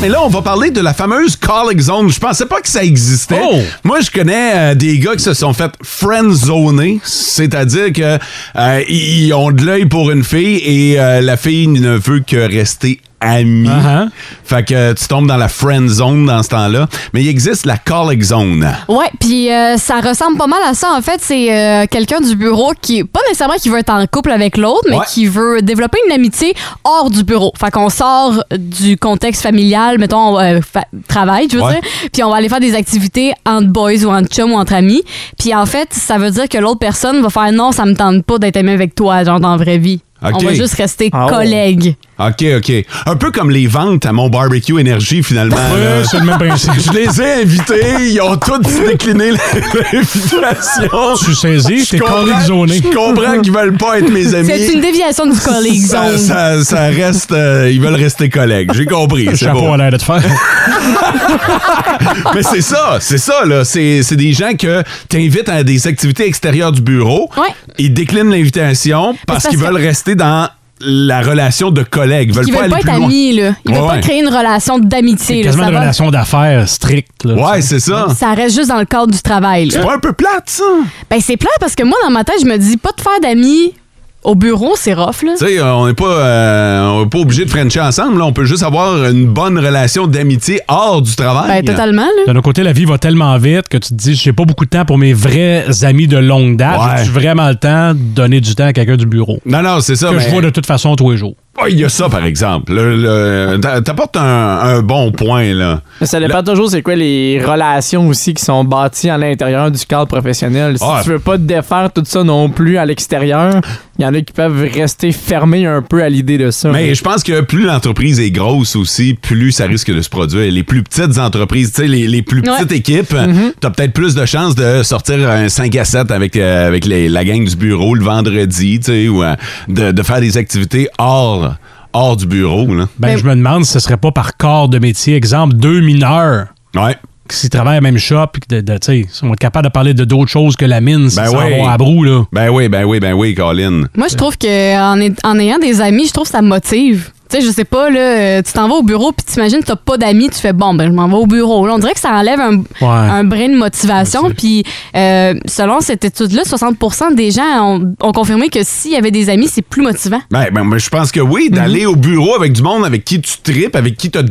C: Mais là, on va parler de la fameuse calling zone. Je pensais pas que ça existait.
B: Oh!
C: Moi, je connais euh, des gars qui se sont fait friendzoner, c'est-à-dire que euh, ils ont de l'œil pour une fille et euh, la fille ne veut que rester amie.
B: Uh-huh.
C: Fait que euh, tu tombes dans la friend zone dans ce temps-là. Mais il existe la calling zone.
E: Ouais, puis euh, ça ressemble pas mal à ça. En fait, c'est euh, quelqu'un du bureau qui, pas nécessairement qui veut être en couple avec l'autre, mais
C: Ouais.
E: qui veut développer une amitié hors du bureau. Fait qu'on sort du contexte familial, mettons, euh, fa- travail, je veux
M: Ouais.
E: dire, puis on va aller faire des activités entre boys ou entre chums ou entre amis. Puis en fait, ça veut dire que l'autre personne va faire non, ça me tente pas d'être aimé avec toi, genre dans la vraie vie.
C: OK.
E: On va juste rester
C: Ah ouais.
E: collègues.
C: OK, OK. Un peu comme les ventes à mon barbecue énergie, finalement. là. *laughs*
D: c'est le même principe.
C: Je les ai invités, ils ont tous décliné *laughs* l'invitation.
D: Je suis saisi, t'es
C: Oh, comprends-
D: collègue zoné.
C: Je comprends qu'ils veulent pas être mes amis.
E: C'est une déviation du collègue
C: *laughs* Ça,
E: zone.
C: ça- ça reste. euh, ils veulent rester collègues. J'ai compris.
D: Le
C: c'est
D: chapeau
C: bon.
D: à l'air de te faire.
C: Mais c'est ça, c'est ça, là. C'est c'est des gens que t'invites à des activités extérieures du bureau. Ils déclinent l'invitation parce,
E: parce
C: qu'ils
E: que-
C: veulent rester dans la relation de collègues. Ils veulent
E: Ils
C: pas
E: veulent
C: aller
E: pas être
C: plus loin.
E: amis, là. Ils veulent
C: Ouais,
E: pas
C: ouais.
E: créer une relation d'amitié. là.
D: Quasiment
E: Ça
D: une
E: va-
D: relation d'affaires stricte. là,
C: Ouais,
D: tu sais.
C: c'est ça.
E: Ça reste juste dans le cadre du travail.
C: C'est pas un peu plate, ça?
E: Ben, c'est plate parce que moi, dans ma tête, je me dis, pas de faire d'amis au bureau, c'est rough, là.
C: Tu sais, on n'est pas, euh, on est pas obligé de frencher ensemble. là. On peut juste avoir une bonne relation d'amitié hors du travail.
E: Ben, totalement, là.
D: De notre côté, la vie va tellement vite que tu te dis, j'ai pas beaucoup de temps pour mes vrais amis de longue date. J'ai vraiment le temps de donner du temps à quelqu'un du bureau.
C: Non, non, c'est ça.
D: que
C: mais-
D: je vois de toute façon tous les jours.
C: Ah, Il y a ça, par exemple. Le- le- t'a- T'apportes un, un bon point, là.
F: Mais ça dépend toujours c'est quoi les relations aussi qui sont bâties à l'intérieur du cadre professionnel. Si
C: Ah.
F: tu veux pas te défaire tout ça non plus à l'extérieur, il y en a qui peuvent rester fermés un peu à l'idée de ça.
C: Mais je pense que plus l'entreprise est grosse aussi, plus ça risque de se produire. Les plus petites entreprises, tu sais, les, les plus petites
F: Ouais.
C: équipes,
F: Mhm.
C: t'as peut-être plus de chances de sortir un 5 à 7 avec, euh, avec les- la gang du bureau le vendredi, tu sais, ou euh, de, de faire des activités hors, hors du bureau, là.
D: Ben, je me demande si ce serait pas par corps de métier. Exemple, deux mineurs.
C: Ouais.
D: Qui s'y travaillent à la même shop, puis que de, de, tu sais, ils vont être capables de parler de d'autres choses que la mine si ils s'en vont à brou, là.
C: Ben oui, ben oui, ben oui, Colin.
E: Moi, je trouve que en, est- en ayant des amis, je trouve que ça me motive. Tu Tu sais, je sais pas, là, euh, tu t'en vas au bureau, puis t'imagines, t'as pas d'amis, tu fais bon, ben, je m'en vais au bureau. Là, on dirait que ça enlève un, un brin de motivation. Puis, euh, selon cette étude-là, 60 des gens ont, ont confirmé que s'il y avait des amis, c'est plus motivant.
C: Ben, ben, ben, je pense que oui, d'aller au bureau avec du monde avec qui tu tripes, avec qui tu as,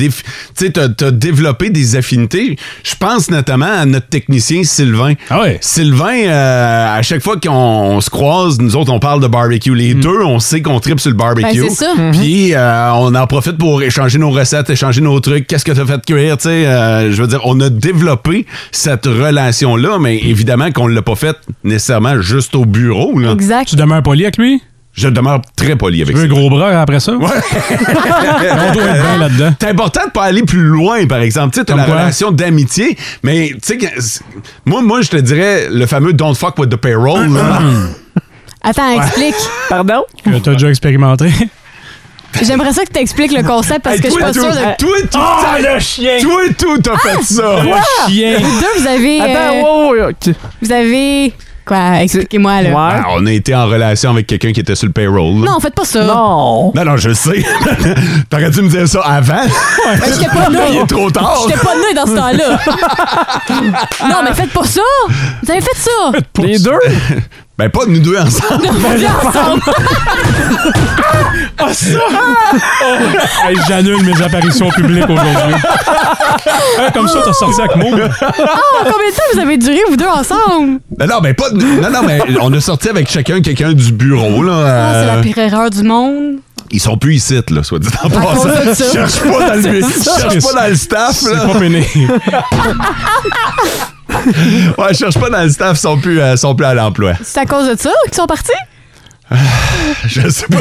C: développé des affinités. Je pense notamment à notre technicien Sylvain. Sylvain, euh, à chaque fois qu'on on se croise, nous autres, on parle de barbecue. Les deux, on sait qu'on tripe sur le barbecue.
E: Ben, c'est ça.
C: Puis euh, on en profite pour échanger nos recettes, échanger nos trucs. Qu'est-ce que tu as fait cuire? tu sais, euh, je veux dire, on a développé cette relation-là, mais évidemment qu'on ne l'a pas faite nécessairement juste au bureau. Là.
E: Exact.
C: Tu demeures poli avec lui? Je demeure très poli avec
D: Tu veux
C: lui.
D: un gros bras après ça? On doit être bien là-dedans.
C: C'est important de pas aller plus loin, par exemple. Tu sais, t'as
D: Comme
C: la
D: quoi?
C: relation d'amitié, mais tu sais, que- c'est- moi, moi, je te dirais le fameux don't fuck with the
E: Mm,
C: payroll. là.
E: Attends, explique.
F: Pardon?
D: Que t'as déjà *laughs* expérimenté.
E: J'aimerais ça que t'expliques le concept parce
C: *laughs* Hey,
E: que je suis pas
C: toi, tout-
E: sûre de.
C: hey, toi, tout-
E: Ah!
C: t'as- Toi, tout, t'as fait ça!
E: Quoi? Vous deux, vous avez.
F: Attends,
E: euh,
F: wow, wow, wow.
E: Vous avez. Quoi? Expliquez-moi, là.
C: Ah, on a été en relation avec quelqu'un qui était sur le payroll. là.
E: Non, faites pas ça.
F: Non.
C: Non, non, je le sais. *laughs* T'aurais dû me dire ça
E: *laughs*
C: avant.
E: Ben, j'étais pas là.
C: Il est trop tard. *laughs*
E: J'étais pas né dans ce temps-là. non, mais faites pas ça. Vous avez fait ça.
F: Les deux?
C: Ben, pas nous deux ensemble.
D: Ah, ça! Hey, J'annule mes apparitions publiques aujourd'hui. Hey, *laughs* comme ça, t'as sorti avec moi.
E: Ah, combien de temps vous avez duré, vous deux, ensemble?
C: Non, non, ben, pas. Non, non, mais on a sorti avec chacun quelqu'un du bureau, là.
E: Ah, c'est
C: euh,
E: la pire erreur du monde.
C: Ils sont plus ici, là, soit dit en passant.
E: cause de ça.
C: Cherche pas dans le,
E: C'est ça.
C: cherche pas dans le staff, là.
D: C'est pas pénible.
C: Ouais, cherche pas dans le staff, ils sont plus, euh, sont plus à l'emploi. *laughs*
E: C'est à cause de ça qu'ils sont partis?
C: Je sais pas.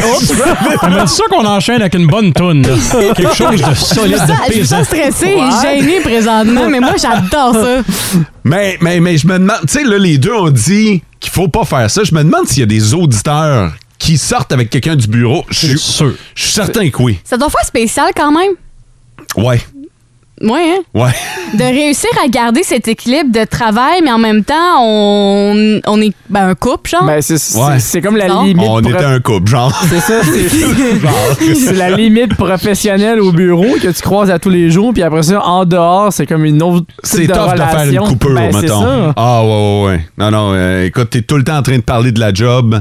D: J'aimerais ça qu'on enchaîne avec une bonne toune. là. Quelque chose
E: Je
D: de solide,
E: me sens-
D: de
E: je me
D: pesant.
E: sens stressée et gênée présentement, mais moi, j'adore ça.
C: Mais, mais, mais je me demande, tu sais, là, les deux ont dit qu'il faut pas faire ça. Je me demande s'il y a des auditeurs qui sortent avec quelqu'un du bureau. Je suis
D: sûr.
C: Je suis certain que oui.
E: Ça doit faire spécial quand même.
C: Ouais.
E: Ouais, hein?
C: Ouais.
E: De réussir à garder cet équilibre de travail, mais en même temps, on, on est ben, un couple, genre.
F: Ben, c'est- c'est
C: Ouais.
F: c'est comme la
E: Non.
F: limite.
C: On
F: pro-
C: était un couple, genre.
F: C'est ça, *laughs*
C: *laughs*
F: c'est- c'est la limite professionnelle au bureau que tu croises à tous les jours, puis après ça, en dehors, c'est comme une autre. type
C: C'est
F: de
C: tough de faire une
F: relation.
C: coupure,
F: Ben, c'est
C: mettons.
F: ça.
C: Ah, ouais, ouais, ouais. Non, non, euh, écoute, t'es tout le temps en train de parler de la job.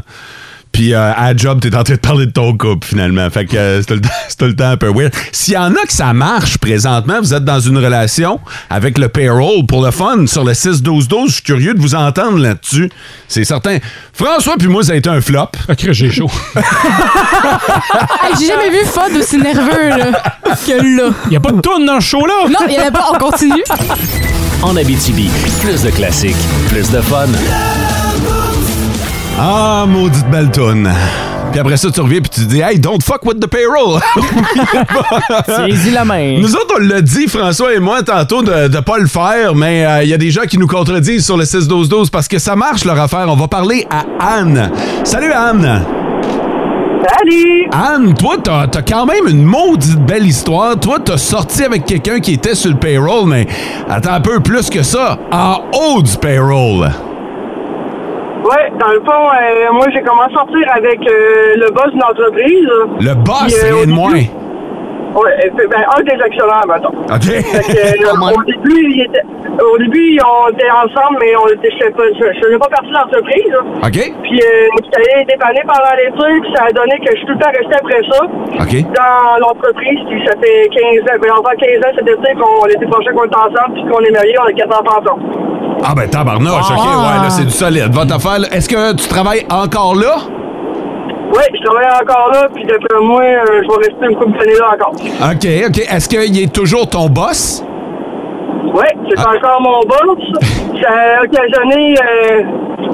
C: Puis euh, à la job, t'es en train de parler de ton couple, finalement. Fait que euh, c'est tout, le temps- c'est tout le temps un peu weird. S'il y en a que ça marche présentement, vous êtes dans une relation avec le payroll pour le fun sur le 6-12-12, je suis curieux de vous entendre là-dessus. C'est certain. François, puis moi, ça a été un flop.
F: Ah,
D: Ok, j'ai chaud.
E: Hey, J'ai jamais vu Fod aussi nerveux là, que là.
D: Y a pas de toune dans le show, là!
E: Non, il y en a pas, on continue.
B: En Abitibi, plus de classiques, plus de fun.
C: Ah, maudite belle toune. Puis après ça, tu reviens puis tu dis « Hey, don't fuck with the payroll! » *laughs*
F: Saisis la main.
C: Nous autres, on l'a dit, François et moi, tantôt, de ne pas le faire, mais euh, il y a des gens qui nous contredisent sur le 6-12-12 parce que ça marche leur affaire. On va parler à Anne. Salut, Anne.
M: Salut!
C: Anne, toi, t'as as quand même une maudite belle histoire. Toi, t'as sorti avec quelqu'un qui était sur le payroll, mais attends un peu plus que ça, en haut du payroll.
M: Ouais, dans le fond, euh, moi j'ai commencé à sortir avec euh, le boss de l'entreprise.
C: Le boss,
M: Puis, euh,
C: rien de
M: au
C: moins.
M: début- Ouais, euh, fait- ben, un des actionnaires,
C: *laughs*
M: mettons.
C: OK?
M: Fait que,
C: *laughs*
M: euh, au, début, il était- au début, on était ensemble, mais on était, je ne faisais pas partie de l'entreprise. là.
C: OK?
M: Puis, euh, j'étais allé dépanner pendant les trucs, ça a donné que je suis tout le temps resté après ça
C: OK?
M: dans l'entreprise. Puis, ça fait 15 ans, ben, enfin 15 ans, c'était été qu'on était prochain qu'on était ensemble, puis qu'on est mariés, on a 4 enfants ensemble.
C: Ah ben, tabarnouche, OK, ouais, là, c'est du solide. Va t'affaire. là. Est-ce que tu travailles encore là?
M: Oui, je travaille encore là, puis d'après moi, euh, je vais rester une couple d'années là encore.
C: OK, OK. Est-ce qu'il est toujours ton boss?
M: Oui, c'est encore mon boss. Ça a occasionné, euh,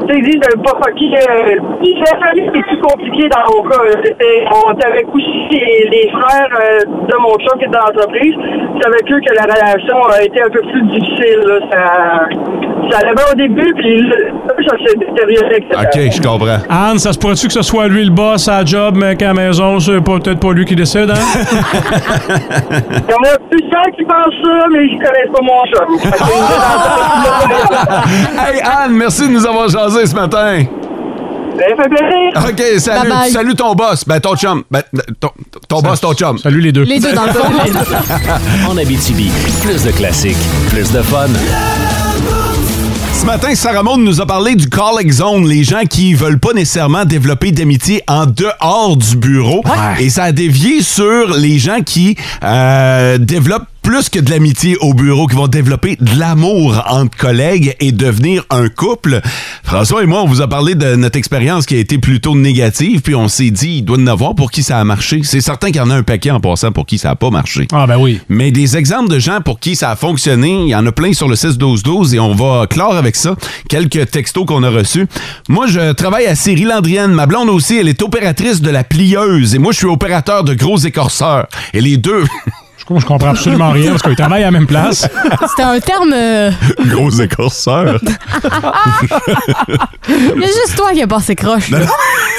M: tu sais, dit de pas fucker. Euh, la famille, c'est plus compliqué dans mon cas. Euh, C'était, on était avec aussi les, les frères euh, de mon chum qui est dans l'entreprise. C'est avec eux que la relation a été un peu plus difficile. Là. Ça, ça allait bien au début, puis là, ça s'est détérioré. etc.
C: OK, je comprends.
D: Anne, ça se pourrait-tu que ce soit lui le boss à la job, mais qu'à la maison, c'est pas- peut-être pas lui qui décide, *laughs* hein?
M: Il y en a plusieurs qui pensent ça, mais ils connaissent pas mon chum. Fait que, euh,
C: hey, Anne, merci de nous avoir jasé ce matin.
M: ça fait plaisir.
C: OK, salut.
E: Bye bye.
C: Salut ton boss. Ben, ton chum. Ben, ton, Ton boss, ton chum.
D: Salut les deux.
E: Les deux dans le fond.
B: en Abitibi, plus de classiques, plus de fun.
C: Ce matin, Sarah Maud nous a parlé du calling zone, les gens qui veulent pas nécessairement développer d'amitié en dehors du bureau. Et ça a dévié sur les gens qui euh, développent plus que de l'amitié au bureau, qui vont développer de l'amour entre collègues et devenir un couple. François et moi, on vous a parlé de notre expérience qui a été plutôt négative, puis on s'est dit, il doit y en avoir pour qui ça a marché. C'est certain qu'il y en a un paquet en passant pour qui ça a pas marché.
D: Ah ben oui.
C: Mais des exemples de gens pour qui ça a fonctionné, il y en a plein sur le 6-12-12 et on va clore avec ça quelques textos qu'on a reçus. Moi, je travaille à Syrie Landrienne. Ma blonde aussi, elle est opératrice de la plieuse et moi, je suis opérateur de gros écorceurs. Et les deux...
D: Je comprends absolument rien parce qu'ils travaillent à la même *laughs* place.
E: C'était un terme. euh,
C: Gros écorceur.
E: Il y a juste toi qui as passé croche. là.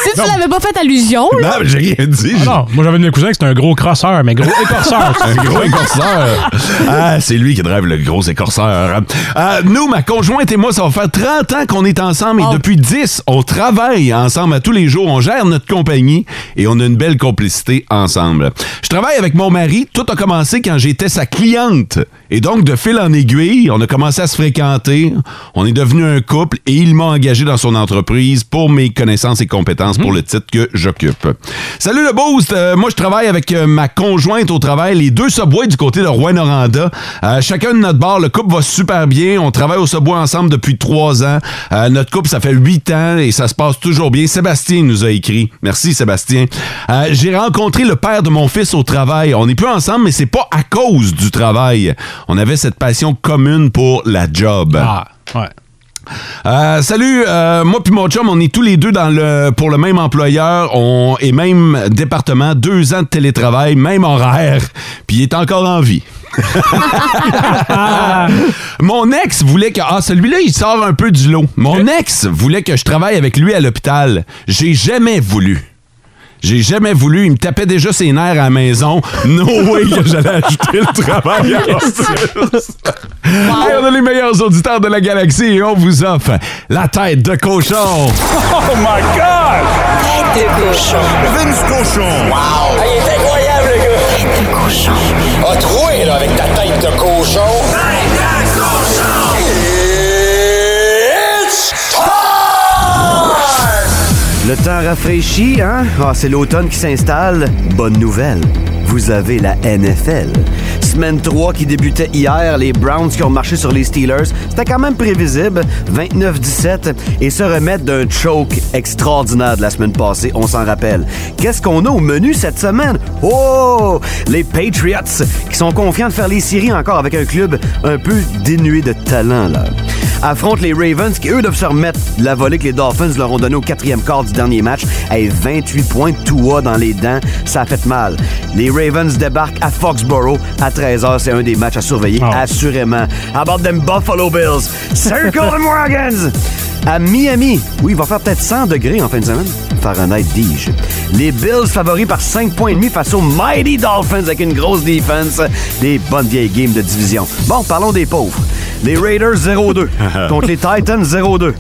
E: Si tu l'avais pas fait allusion, là.
C: mais j'ai rien dit.
D: Ah non, moi j'avais mes cousins que c'était un gros crosseur, mais gros *laughs* écorceur.
C: Un *laughs* gros écorceur. Ah, c'est lui qui drive le gros écorceur. Euh, nous, ma conjointe et moi, ça va faire 30 ans qu'on est ensemble et depuis 10, on travaille ensemble à tous les jours. On gère notre compagnie et on a une belle complicité ensemble. Je travaille avec mon mari. Tout a commencé quand j'étais sa cliente. Et donc, de fil en aiguille, on a commencé à se fréquenter. On est devenu un couple et il m'a engagé dans son entreprise pour mes connaissances et compétences Mm-hmm. pour le titre que j'occupe. Salut le boost! Euh, moi, je travaille avec euh, ma conjointe au travail, les deux Subway du côté de Rouen-Noranda. Euh, chacun de notre bar, le couple va super bien. On travaille au Subway ensemble depuis trois ans. Euh, notre couple, ça fait huit ans et ça se passe toujours bien. Sébastien nous a écrit. Merci, Sébastien. Euh, J'ai rencontré le père de mon fils au travail. On n'est plus ensemble, mais c'est pas à cause du travail. On avait cette passion commune pour la job.
D: Ah, ouais.
C: Euh, salut, euh, moi puis mon chum, on est tous les deux dans le pour le même employeur, on est même département, deux ans de télétravail, même horaire, puis il est encore en vie. Mon ex voulait que ah celui-là il sort un peu du lot. Mon ex voulait que je travaille avec lui à l'hôpital. J'ai jamais voulu. J'ai jamais voulu. Il me tapait déjà ses nerfs à la maison. No way que j'allais ajouter le travail à l'hôpital. Hey, on a les meilleurs auditeurs de la galaxie et on vous offre la tête de cochon.
J: Oh my God! Tête de cochon. Vince cochon. Wow! il est incroyable, le gars! Tête de cochon. A troué, là, avec ta tête de cochon. Tête de cochon! It's
N: Le temps rafraîchit, hein? Ah, c'est l'automne qui s'installe. Bonne nouvelle. Vous avez la NFL. Semaine 3 qui débutait hier, les Browns qui ont marché sur les Steelers, c'était quand même prévisible, 29-17, et se remettre d'un choke extraordinaire de la semaine passée, on s'en rappelle. Qu'est-ce qu'on a au menu cette semaine? Oh! Les Patriots qui sont confiants de faire les séries encore avec un club un peu dénué de talent, là affrontent les Ravens qui, eux, doivent se remettre de la volée que les Dolphins leur ont donnée au quatrième quart du dernier match. Hey, 28 points, tout haut dans les dents, ça a fait mal. Les Ravens débarquent à Foxborough à 13h. C'est un des matchs à surveiller, assurément. How about them Buffalo Bills? Circle the Morgans! À Miami, oui, il va faire peut-être 100 degrés en fin de semaine. Fahrenheit, dis-je. Les Bills favoris par 5 points et demi face aux Mighty Dolphins avec une grosse défense. Des bonnes vieilles games de division. Bon, parlons des pauvres. Les Raiders 0-2 contre les Titans 0-2.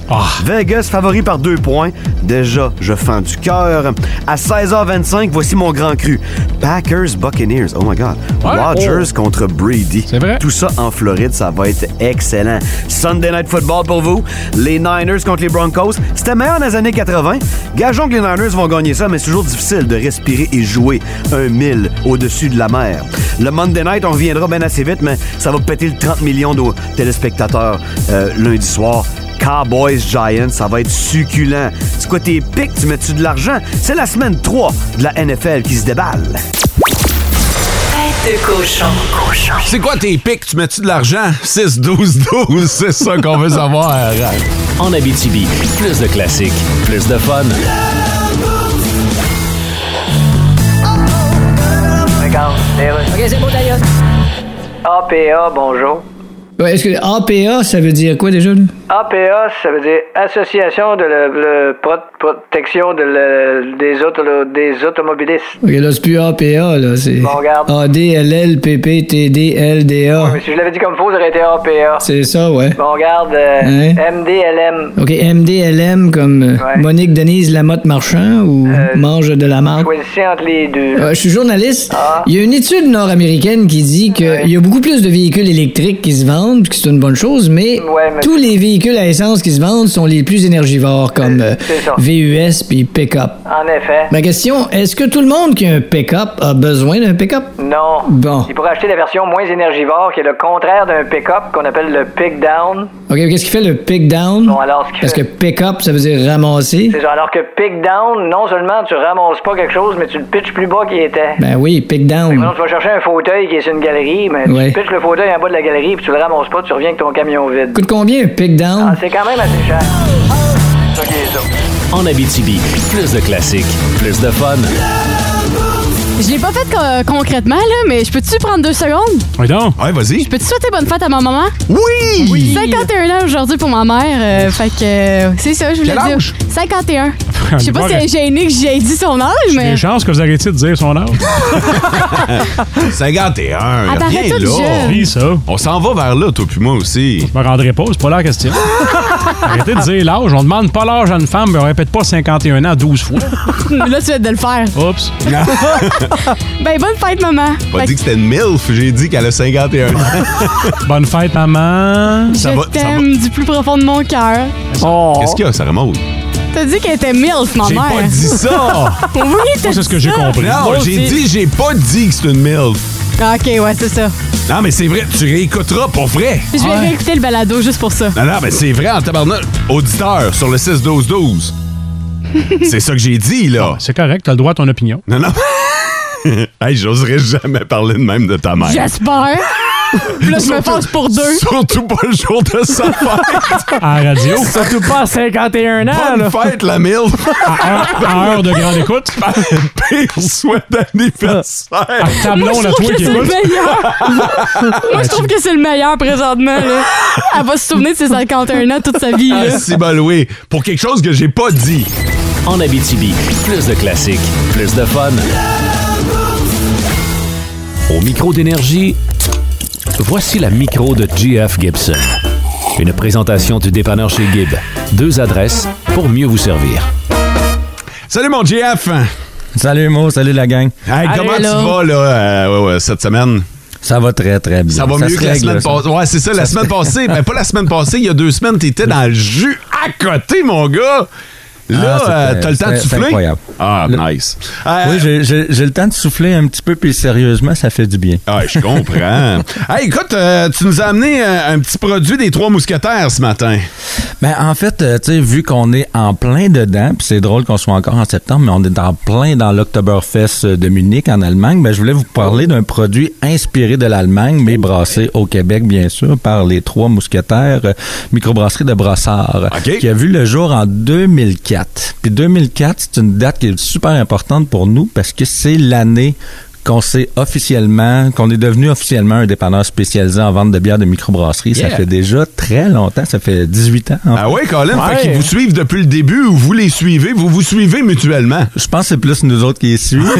N: Vegas favori par 2 points. Déjà, je fends du cœur. À 16h25, voici mon grand cru. Packers Buccaneers. Oh my God.
O: Ouais.
N: Rodgers contre Brady. Oh. C'est vrai. Tout ça en Floride, ça va être excellent. Sunday Night Football pour vous. Les Niners contre les Broncos. C'était meilleur dans les années 80. Gageons que les Niners vont gagner ça, mais c'est toujours difficile de respirer et jouer un mille au-dessus de la mer. Le Monday Night, on reviendra bien assez vite, mais ça va péter le 30 millions de téléspectateurs euh, lundi soir. Cowboys Giants, ça va être succulent. C'est quoi tes pics? Tu mets-tu de l'argent? C'est la semaine 3 de la NFL qui se déballe.
I: Tête de cochon.
C: C'est quoi tes pics? Tu mets-tu de l'argent? 6-12-12, c'est ça qu'on veut savoir.
B: En Abitibi, plus de classiques, plus de fun.
O: Regarde, OK, c'est bon, APA, bonjour.
H: Ouais, Est-ce que APA, ça veut dire quoi déjà? là?
P: APA, ça veut dire Association de la la Pro- Protection de la- Euh, des, auto- des Automobilistes.
H: Ok, là, c'est plus APA, là, c'est.
N: Ah.
P: Bon, regarde.
G: Ah,
H: ADLLPPTDLDA.
P: Mais si je l'avais dit comme faux, ça aurait été APA.
H: C'est ça, ouais.
P: Bon, regarde, euh,
H: Hein?
P: MDLM.
H: OK, MDLM comme euh,
P: Ouais.
H: Monique Denise Lamotte Marchand ou
N: Euh,
H: Mange de la marque.
P: Euh, Choisissez entre les
G: Ah,
P: deux.
H: Euh, je suis journaliste.
P: Ah.
H: Il y a une étude nord-américaine qui dit qu'il y a beaucoup plus de véhicules électriques qui se vendent, puis que c'est une bonne chose, mais, tous les véhicules à essence qui se vendent sont les plus énergivores, comme euh,
P: c'est ça.
H: VUS puis pick-up.
P: En effet.
H: Ma question, est-ce que tout le monde qui a un pick-up a besoin d'un pick-up?
P: Non.
H: Bon.
P: Il pourrait acheter la version moins énergivore, qui est le contraire d'un pick-up qu'on appelle le pick-down.
H: OK, qu'est-ce qui fait le pick-down?
P: alors, ce qui
H: Parce que
P: fait-
H: pick-up, ça veut dire ramasser.
P: C'est ça. Alors que pick-down, non seulement tu ramasses pas quelque chose, mais tu le pitches plus bas qu'il était.
H: Ben oui,
P: Fait que
H: pick-down.
P: maintenant, tu vas chercher un fauteuil qui est sur une galerie, mais
H: Ouais.
P: tu pitches le fauteuil en bas de la galerie, puis tu le ramasses pas, tu reviens avec ton camion vide.
H: Coûte combien un pick-down?
P: C'est quand même assez cher.
B: En Abitibi, plus de classiques, plus de fun.
E: Je l'ai pas fait co- concrètement, là, mais je peux-tu prendre deux secondes?
D: Oui, donc.
C: Ouais, vas-y.
E: Je peux-tu souhaiter bonne fête à ma maman?
C: Oui!
E: 51 ans aujourd'hui pour ma mère. euh, fait que euh, c'est ça, je voulais
D: Quel
E: dire.
D: âge?
E: 51. Je sais pas si
D: Bon,
E: elle est gênée que j'ai dit son âge, mais.
D: Des chances que vous arrêtiez de dire son âge.
C: 51,
E: Elle paraît
C: rien
E: toute
C: là.
E: ben, jeune. Oui,
C: On s'en va vers là, toi puis
E: *laughs*
C: moi aussi.
D: Je me rendrai pas, c'est pas la question. Arrêtez de dire l'âge. On demande pas l'âge à une femme, mais on répète pas 51 ans 12 fois.
E: là, tu viens de le faire.
D: Oups.
E: ben, bonne fête, maman.
C: J'ai Pas
E: Fait
C: dit que c'était une MILF, j'ai dit qu'elle a 51 ans.
D: Bonne fête, maman.
E: que je t'aime du plus profond de mon cœur. Oh.
C: Qu'est-ce qu'il y a, Sarah Maud?
E: T'as dit qu'elle était MILF, ma
C: J'ai
E: mère.
C: pas
E: *laughs*
C: dit ça!
E: oui, t'as dit ça.
C: Non, j'ai dit, j'ai pas dit que c'est une MILF.
E: Ah, OK, ouais, c'est ça.
C: Non, mais c'est vrai, tu réécouteras pour vrai.
E: Je vais réécouter le balado juste pour ça.
C: Non, non, mais c'est vrai en tabarnak. Auditeur sur le 6-12-12. c'est ça que j'ai dit, là.
D: C'est correct, t'as le droit à ton opinion.
C: Non, *laughs* non. hey, j'oserais jamais parler de même de ta mère.
E: J'espère. là, je me fâche pour deux.
C: Surtout pas le jour de sa fête.
D: À la radio.
F: Surtout pas à 51 ans.
C: Bonne
F: Ah, là.
C: fête, la mille.
D: À heure de
E: *laughs*
D: grande écoute.
C: Pire souhait d'anniversaire.
D: Ta
E: Moi,
D: blonde
E: je
D: à
E: trouve
D: toi
E: que
D: qui
E: c'est le
D: écoute.
E: meilleur. *laughs* Moi, je trouve que c'est le meilleur présentement. Là. Elle va se souvenir de ses 51 ans toute sa vie. là.
C: Ah, c'est baloué. Pour quelque chose que j'ai pas dit.
B: En Abitibi, plus de classiques, plus de fun. Au micro d'énergie, voici la micro de GF Gibson. Une présentation du dépanneur chez Gibb. Deux adresses pour mieux vous servir.
C: Salut, mon GF.
Q: Salut, Mo. Salut, la gang.
C: Hey, comment tu vas, là, euh, ouais, ouais, cette semaine?
Q: Ça va très, très bien.
C: Ça va mieux
Q: se
C: que la
Q: règle,
C: semaine
Q: ça.
C: passée. Ouais, c'est ça, la
Q: se-
C: semaine passée. Ben, pas la semaine passée, il y a deux semaines, t'étais dans le jus à côté, mon gars. Là,
Q: Ah, c'était-
C: euh, t'as le temps
Q: c'était-
C: de
Q: c'était
C: souffler.
Q: incroyable.
C: Ah, nice. Euh,
Q: Oui, j'ai- j'ai j'ai le temps de souffler un petit peu, puis sérieusement, ça fait du bien.
C: Ah, je
Q: *laughs*
C: comprends. hey, écoute, euh, tu nous as amené euh, un petit produit des Trois Mousquetaires ce matin.
Q: Ben, en fait, euh, tu sais, vu qu'on est en plein dedans, puis c'est drôle qu'on soit encore en septembre, mais on est en plein dans l'Oktoberfest euh, de Munich, en Allemagne, ben, je voulais vous parler d'un produit inspiré de l'Allemagne, mais brassé au Québec, bien sûr, par les trois mousquetaires, euh, microbrasserie de Brassard, qui a vu le jour en 2004. Puis 2004, c'est une date qui est super importante pour nous, parce que c'est l'année qu'on s'est officiellement, qu'on est devenu officiellement un dépanneur spécialisé en vente de bières de microbrasserie.
C: Yeah.
Q: Ça fait déjà très longtemps, ça fait 18 ans. en
C: Ah
Q: fait.
C: ouais, Colin, fait qu'ils vous suivent depuis le début ou vous les suivez, vous vous suivez mutuellement.
Q: Je pense que c'est plus nous autres qui les suivent.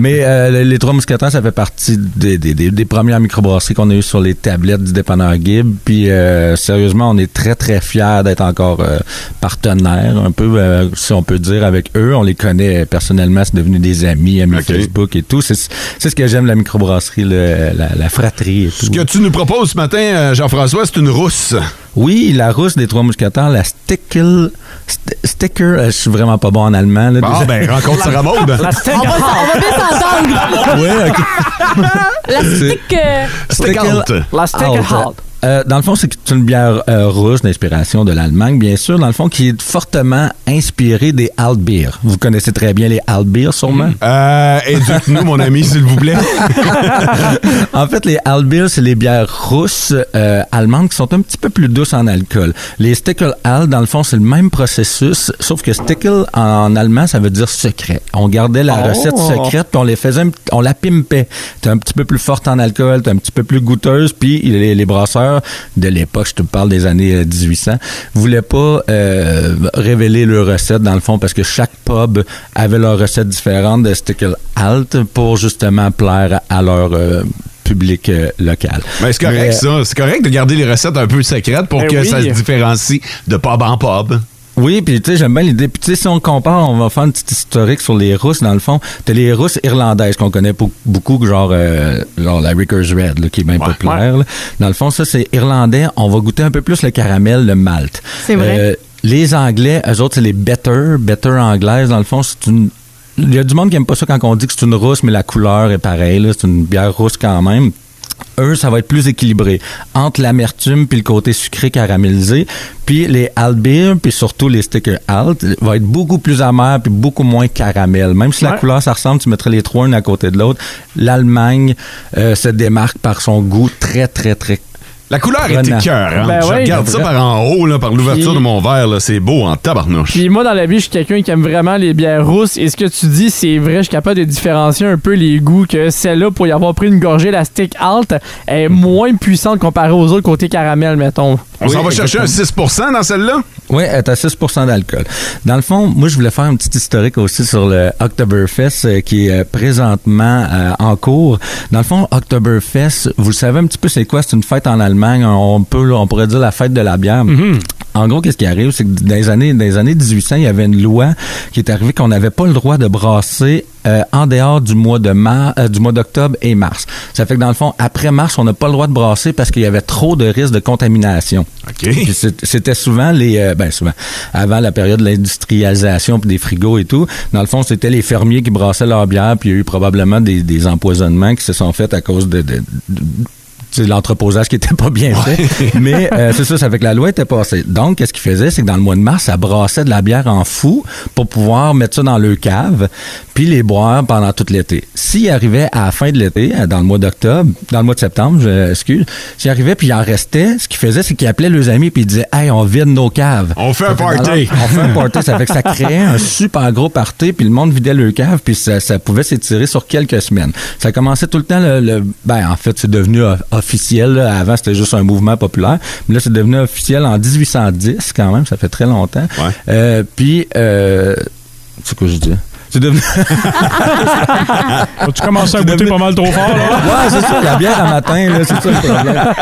Q: Mais euh, les- les Trois Mousquetaires, ça fait partie des, des, des, des premières microbrasseries qu'on a eues sur les tablettes du dépanneur Gibb. Puis euh, sérieusement, on est très, très fiers d'être encore euh, partenaires, un peu, euh, si on peut dire, avec eux. On les connaît personnellement, c'est devenu des amis, amis Facebook et tout. C'est c'est ce que j'aime de la microbrasserie, le- la, la fratrie et tout.
C: Ce que tu nous proposes ce matin, euh, Jean-François, c'est une rousse.
Q: Oui, la rousse des Trois Mousquetaires, la Stickel... st- sticker, euh, je suis vraiment pas bon en allemand. Là,
C: Bon,
Q: *laughs*
C: ben, rencontre Sarah Maud.
E: On
C: La
E: va, on va bien s'entendre.
Q: Ouais, ok.
E: La
Q: *laughs* C'est-
E: stick. euh,
Q: Out. Euh, dans le fond, c'est une bière euh, rousse d'inspiration de l'Allemagne, bien sûr. Dans le fond, qui est fortement inspirée des Alt Beer. Vous connaissez très bien les Alt Beer, sûrement.
C: Euh, éduque-nous, mon ami, s'il
Q: *laughs*
C: vous plaît.
Q: en fait, les Altbier, c'est les bières rousses euh, allemandes qui sont un petit peu plus douces en alcool. Les Stickel Al, dans le fond, c'est le même processus, sauf que Stickel en allemand, ça veut dire secret. On gardait la
R: Oh.
Q: recette secrète, puis on les faisait, un p- on la pimpait. T'es un petit peu plus forte en alcool, t'es un petit peu plus goûteuse, puis les, les brasseurs producteurs de l'époque, je te parle des années euh, 1800, voulaient pas euh, révéler leurs recettes, dans le fond, parce que chaque pub avait leur recette différente de Stickle Alt pour justement plaire à leur euh, public euh, local.
C: Mais Ben, c'est correct,
Q: Mais- euh,
C: ça. C'est correct de garder les recettes un peu secrètes pour
Q: Ben
C: que
Q: oui.
C: ça se différencie de pub en pub.
Q: Oui, puis tu sais, j'aime bien l'idée. Puis tu sais, si on compare, on va faire une petite historique sur les Russes, dans le fond. T'as les Russes irlandaises qu'on connaît pou- beaucoup, genre, euh, genre la Ricker's Red, là, qui est bien populaire. là. Dans le fond, ça, c'est irlandais. On va goûter un peu plus le caramel, Euh, le malt.
J: C'est vrai.
Q: les Anglais, eux autres, c'est les better, better anglaises. Dans le fond, c'est une... Il y a du monde qui aime pas ça quand on dit que c'est une rousse, mais la couleur est pareille. là. C'est une bière rousse quand même eux, ça va être plus équilibré entre l'amertume puis le côté sucré caramélisé, puis les alt beer puis surtout les stickers alt va être beaucoup plus amer puis beaucoup moins caramel. Même si la
F: Ouais.
Q: couleur ça ressemble, tu mettrais les trois une à côté de l'autre. L'Allemagne euh, se démarque par son goût très très très
C: La couleur est
Q: prenant.
C: écœurante.
F: Ben
C: Je
F: oui.
C: regarde ça par en haut, là, par l'ouverture
F: Puis-
C: de mon verre. là. C'est beau en tabarnouche.
F: Puis moi, dans la vie, je suis quelqu'un qui aime vraiment les bières rousses. Et ce que tu dis, c'est vrai, je suis capable de différencier un peu les goûts que celle-là, pour y avoir pris une gorgée, la stick alt, est moins puissante comparée aux autres côtés caramel, mettons.
C: On s'en va chercher un 6 dans celle-là?
Q: Oui, elle est à 6 d'alcool. Dans le fond, moi, je voulais faire un petit historique aussi sur le Oktoberfest euh, qui est euh, présentement euh, en cours. Dans le fond, Oktoberfest, vous le savez un petit peu c'est quoi? C'est une fête en Allemagne. On peut, là, on pourrait dire la fête de la bière. En gros, qu'est-ce qui arrive? C'est que dans les années, dans les années 1800, il y avait une loi qui est arrivée qu'on n'avait pas le droit de brasser euh, en dehors du mois de mars, du mois d'octobre et mars. Ça fait que dans le fond, après mars, on n'a pas le droit de brasser parce qu'il y avait trop de risques de contamination. Puis c'est- C'était souvent les, euh, ben souvent, avant la période de l'industrialisation puis des frigos et tout. Dans le fond, c'était les fermiers qui brassaient leur bière puis il y a eu probablement des, des empoisonnements qui se sont faits à cause de, de- de- c'est l'entreposage qui était pas bien fait. *laughs* Mais euh, c'est ça, ça fait que la loi était passée. Donc, qu'est-ce qu'ils faisaient, c'est que dans le mois de mars, ça brassait de la bière en fou pour pouvoir mettre ça dans leur cave, puis les boire pendant tout l'été. S'ils arrivaient à la fin de l'été, euh, dans le mois d'octobre, dans le mois de septembre, je excuse, s'ils arrivaient puis il en restait, ce qu'ils faisaient, c'est qu'ils appelaient leurs amis puis ils disaient Hey, on vide nos caves.
C: On fait
Q: Ça
C: un
Q: que dans
C: party.
Q: leur- On fait un party. Ça fait que ça créait un super gros party, puis le monde vidait le cave, puis ça, ça pouvait s'étirer sur quelques semaines. Ça commençait tout le temps, le, le- ben en fait, c'est devenu o- officiel. là. Avant, c'était juste un mouvement populaire, mais là, c'est devenu officiel en 1810 quand même. Ça fait très longtemps. Euh, puis, euh, c'est quoi je dis C'est devenu
D: tu commences à goûter pas mal trop fort, là.
Q: Ouais, c'est ça, la bière à matin, là, c'est ça le problème.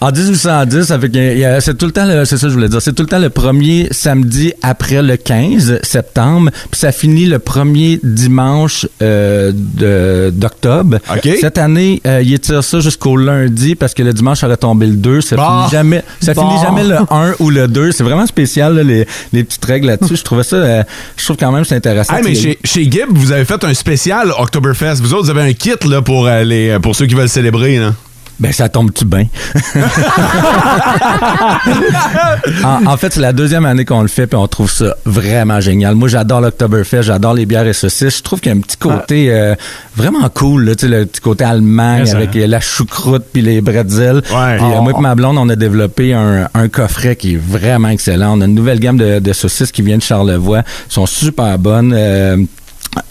Q: En, en 1810, ça fait qu'il y a- c'est tout le temps, le- c'est ça que je voulais dire, c'est tout le temps le premier samedi après le 15 septembre, puis ça finit le premier dimanche euh, de- d'octobre.
C: OK.
Q: Cette année, euh, ils étirent ça jusqu'au lundi parce que le dimanche aurait tombé le 2. Ça
C: Bah.
Q: finit jamais, ça
C: Bah.
Q: finit jamais le 1 ou le 2. C'est vraiment spécial, là, les, les petites règles là-dessus. Je trouvais ça, euh, je trouve quand même que c'est intéressant.
C: Hey, mais
Q: Il y a eu-
C: chez, chez Gibb, vous avez fait un spécial Oktoberfest. Vous autres, vous avez un kit là, pour, euh, les- pour ceux qui veulent célébrer. Là.
Q: Ben, ça tombe-tu bien? Ah, en, en fait, c'est la deuxième année qu'on le fait, puis on trouve ça vraiment génial. Moi, j'adore l'Octoberfest, j'adore les bières et saucisses. Je trouve qu'il y a un petit côté euh, vraiment cool, là, tu sais, le petit côté allemand
D: Mais ça,
Q: avec
D: hein.
Q: euh, la choucroute puis les bretzels. Puis, euh,
D: On-
Q: moi et ma blonde, on a développé un, un coffret qui est vraiment excellent. On a une nouvelle gamme de, de saucisses qui vient de Charlevoix. Elles sont super bonnes. euh,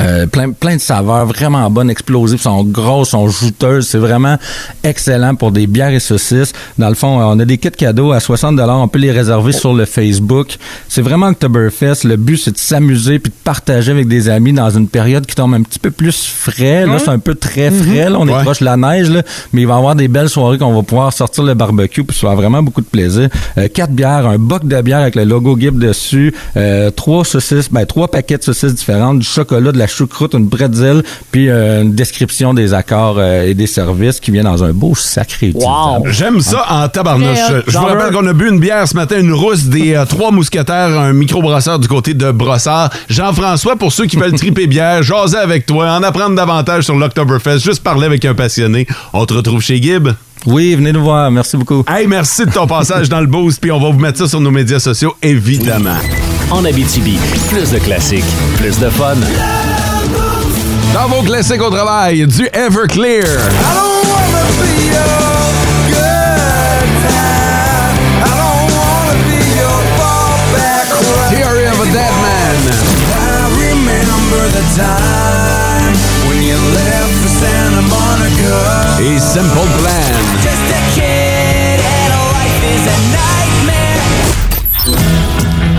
Q: euh, plein, plein de saveurs vraiment bonnes, explosives, sont grosses, sont juteuses, c'est vraiment excellent pour des bières et saucisses. Dans le fond, euh, on a des kits cadeaux à 60 on peut les réserver sur le Facebook. C'est vraiment Oktoberfest, le but c'est de s'amuser puis de partager avec des amis dans une période qui tombe un petit peu plus frais, là c'est un peu très frais, là. on est proche de la neige là, mais il va y avoir des belles soirées qu'on va pouvoir sortir le barbecue puis ça va vraiment beaucoup de plaisir. Euh, quatre bières, un boc de bière avec le logo Gib dessus, euh, trois saucisses, ben trois paquets de saucisses différentes, du chocolat, de la choucroute, une bretzel, puis euh, une description des accords euh, et des services qui vient dans un beau sacré utilisable.
C: J'aime ça en tabarnouche.
Q: Très hot.
C: Je vous rappelle qu'on a bu une bière ce matin, une rousse des euh, trois mousquetaires, un microbrasseur du côté de Brossard. Jean-François, pour ceux qui veulent triper bière, jaser avec toi, en apprendre davantage sur l'Oktoberfest, juste parler avec un passionné. On te retrouve chez Gibb.
Q: Oui, venez nous voir. Merci beaucoup.
C: Hey, merci de ton passage dans le boost, puis on va vous mettre ça sur nos médias sociaux, évidemment.
B: En Abitibi, plus de classiques, plus de fun.
C: Dans vos classiques au travail, du Everclear. Theory of a Dead Man. Et Simple Plan.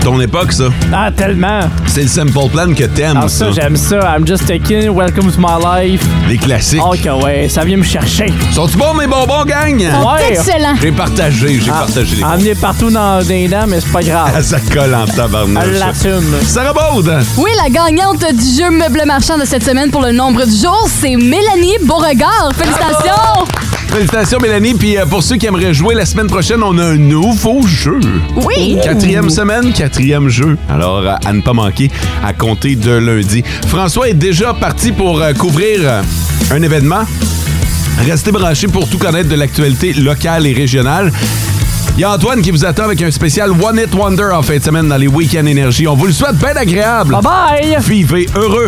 C: ton époque, ça.
F: Ah, tellement.
C: C'est le sample plan que t'aimes,
F: Alors Ah, ça,
C: ça.
F: j'aime ça. I'm just a kid. Welcome to my life.
C: Les classiques.
F: Ah, Ok, ouais, ça vient me chercher.
C: Sont-tu bons, mes bonbons, gang?
F: Ouais. Ah.
C: J'ai partagé, j'ai partagé les
F: Amené partout dans les dents, mais c'est pas *laughs* grave.
C: Ça colle en tabarnouche.
F: Elle l'assume.
C: Sarah Baud!
E: Oui, la gagnante du jeu Meuble Marchand de cette semaine pour le nombre du jour, c'est Mélanie Beauregard. Félicitations!
C: Félicitations, Mélanie. Puis euh, pour ceux qui aimeraient jouer la semaine prochaine, on a un nouveau jeu.
E: Oui.
C: Quatrième semaine, quatrième jeu. Alors, euh, à ne pas manquer, à compter de lundi. François est déjà parti pour euh, couvrir euh, un événement. Restez branchés pour tout connaître de l'actualité locale et régionale. Il y a Antoine qui vous attend avec un spécial One Hit Wonder en fin de semaine dans les Week-ends Énergie. On vous le souhaite bien agréable. Bye
F: bye!
C: Vivez heureux.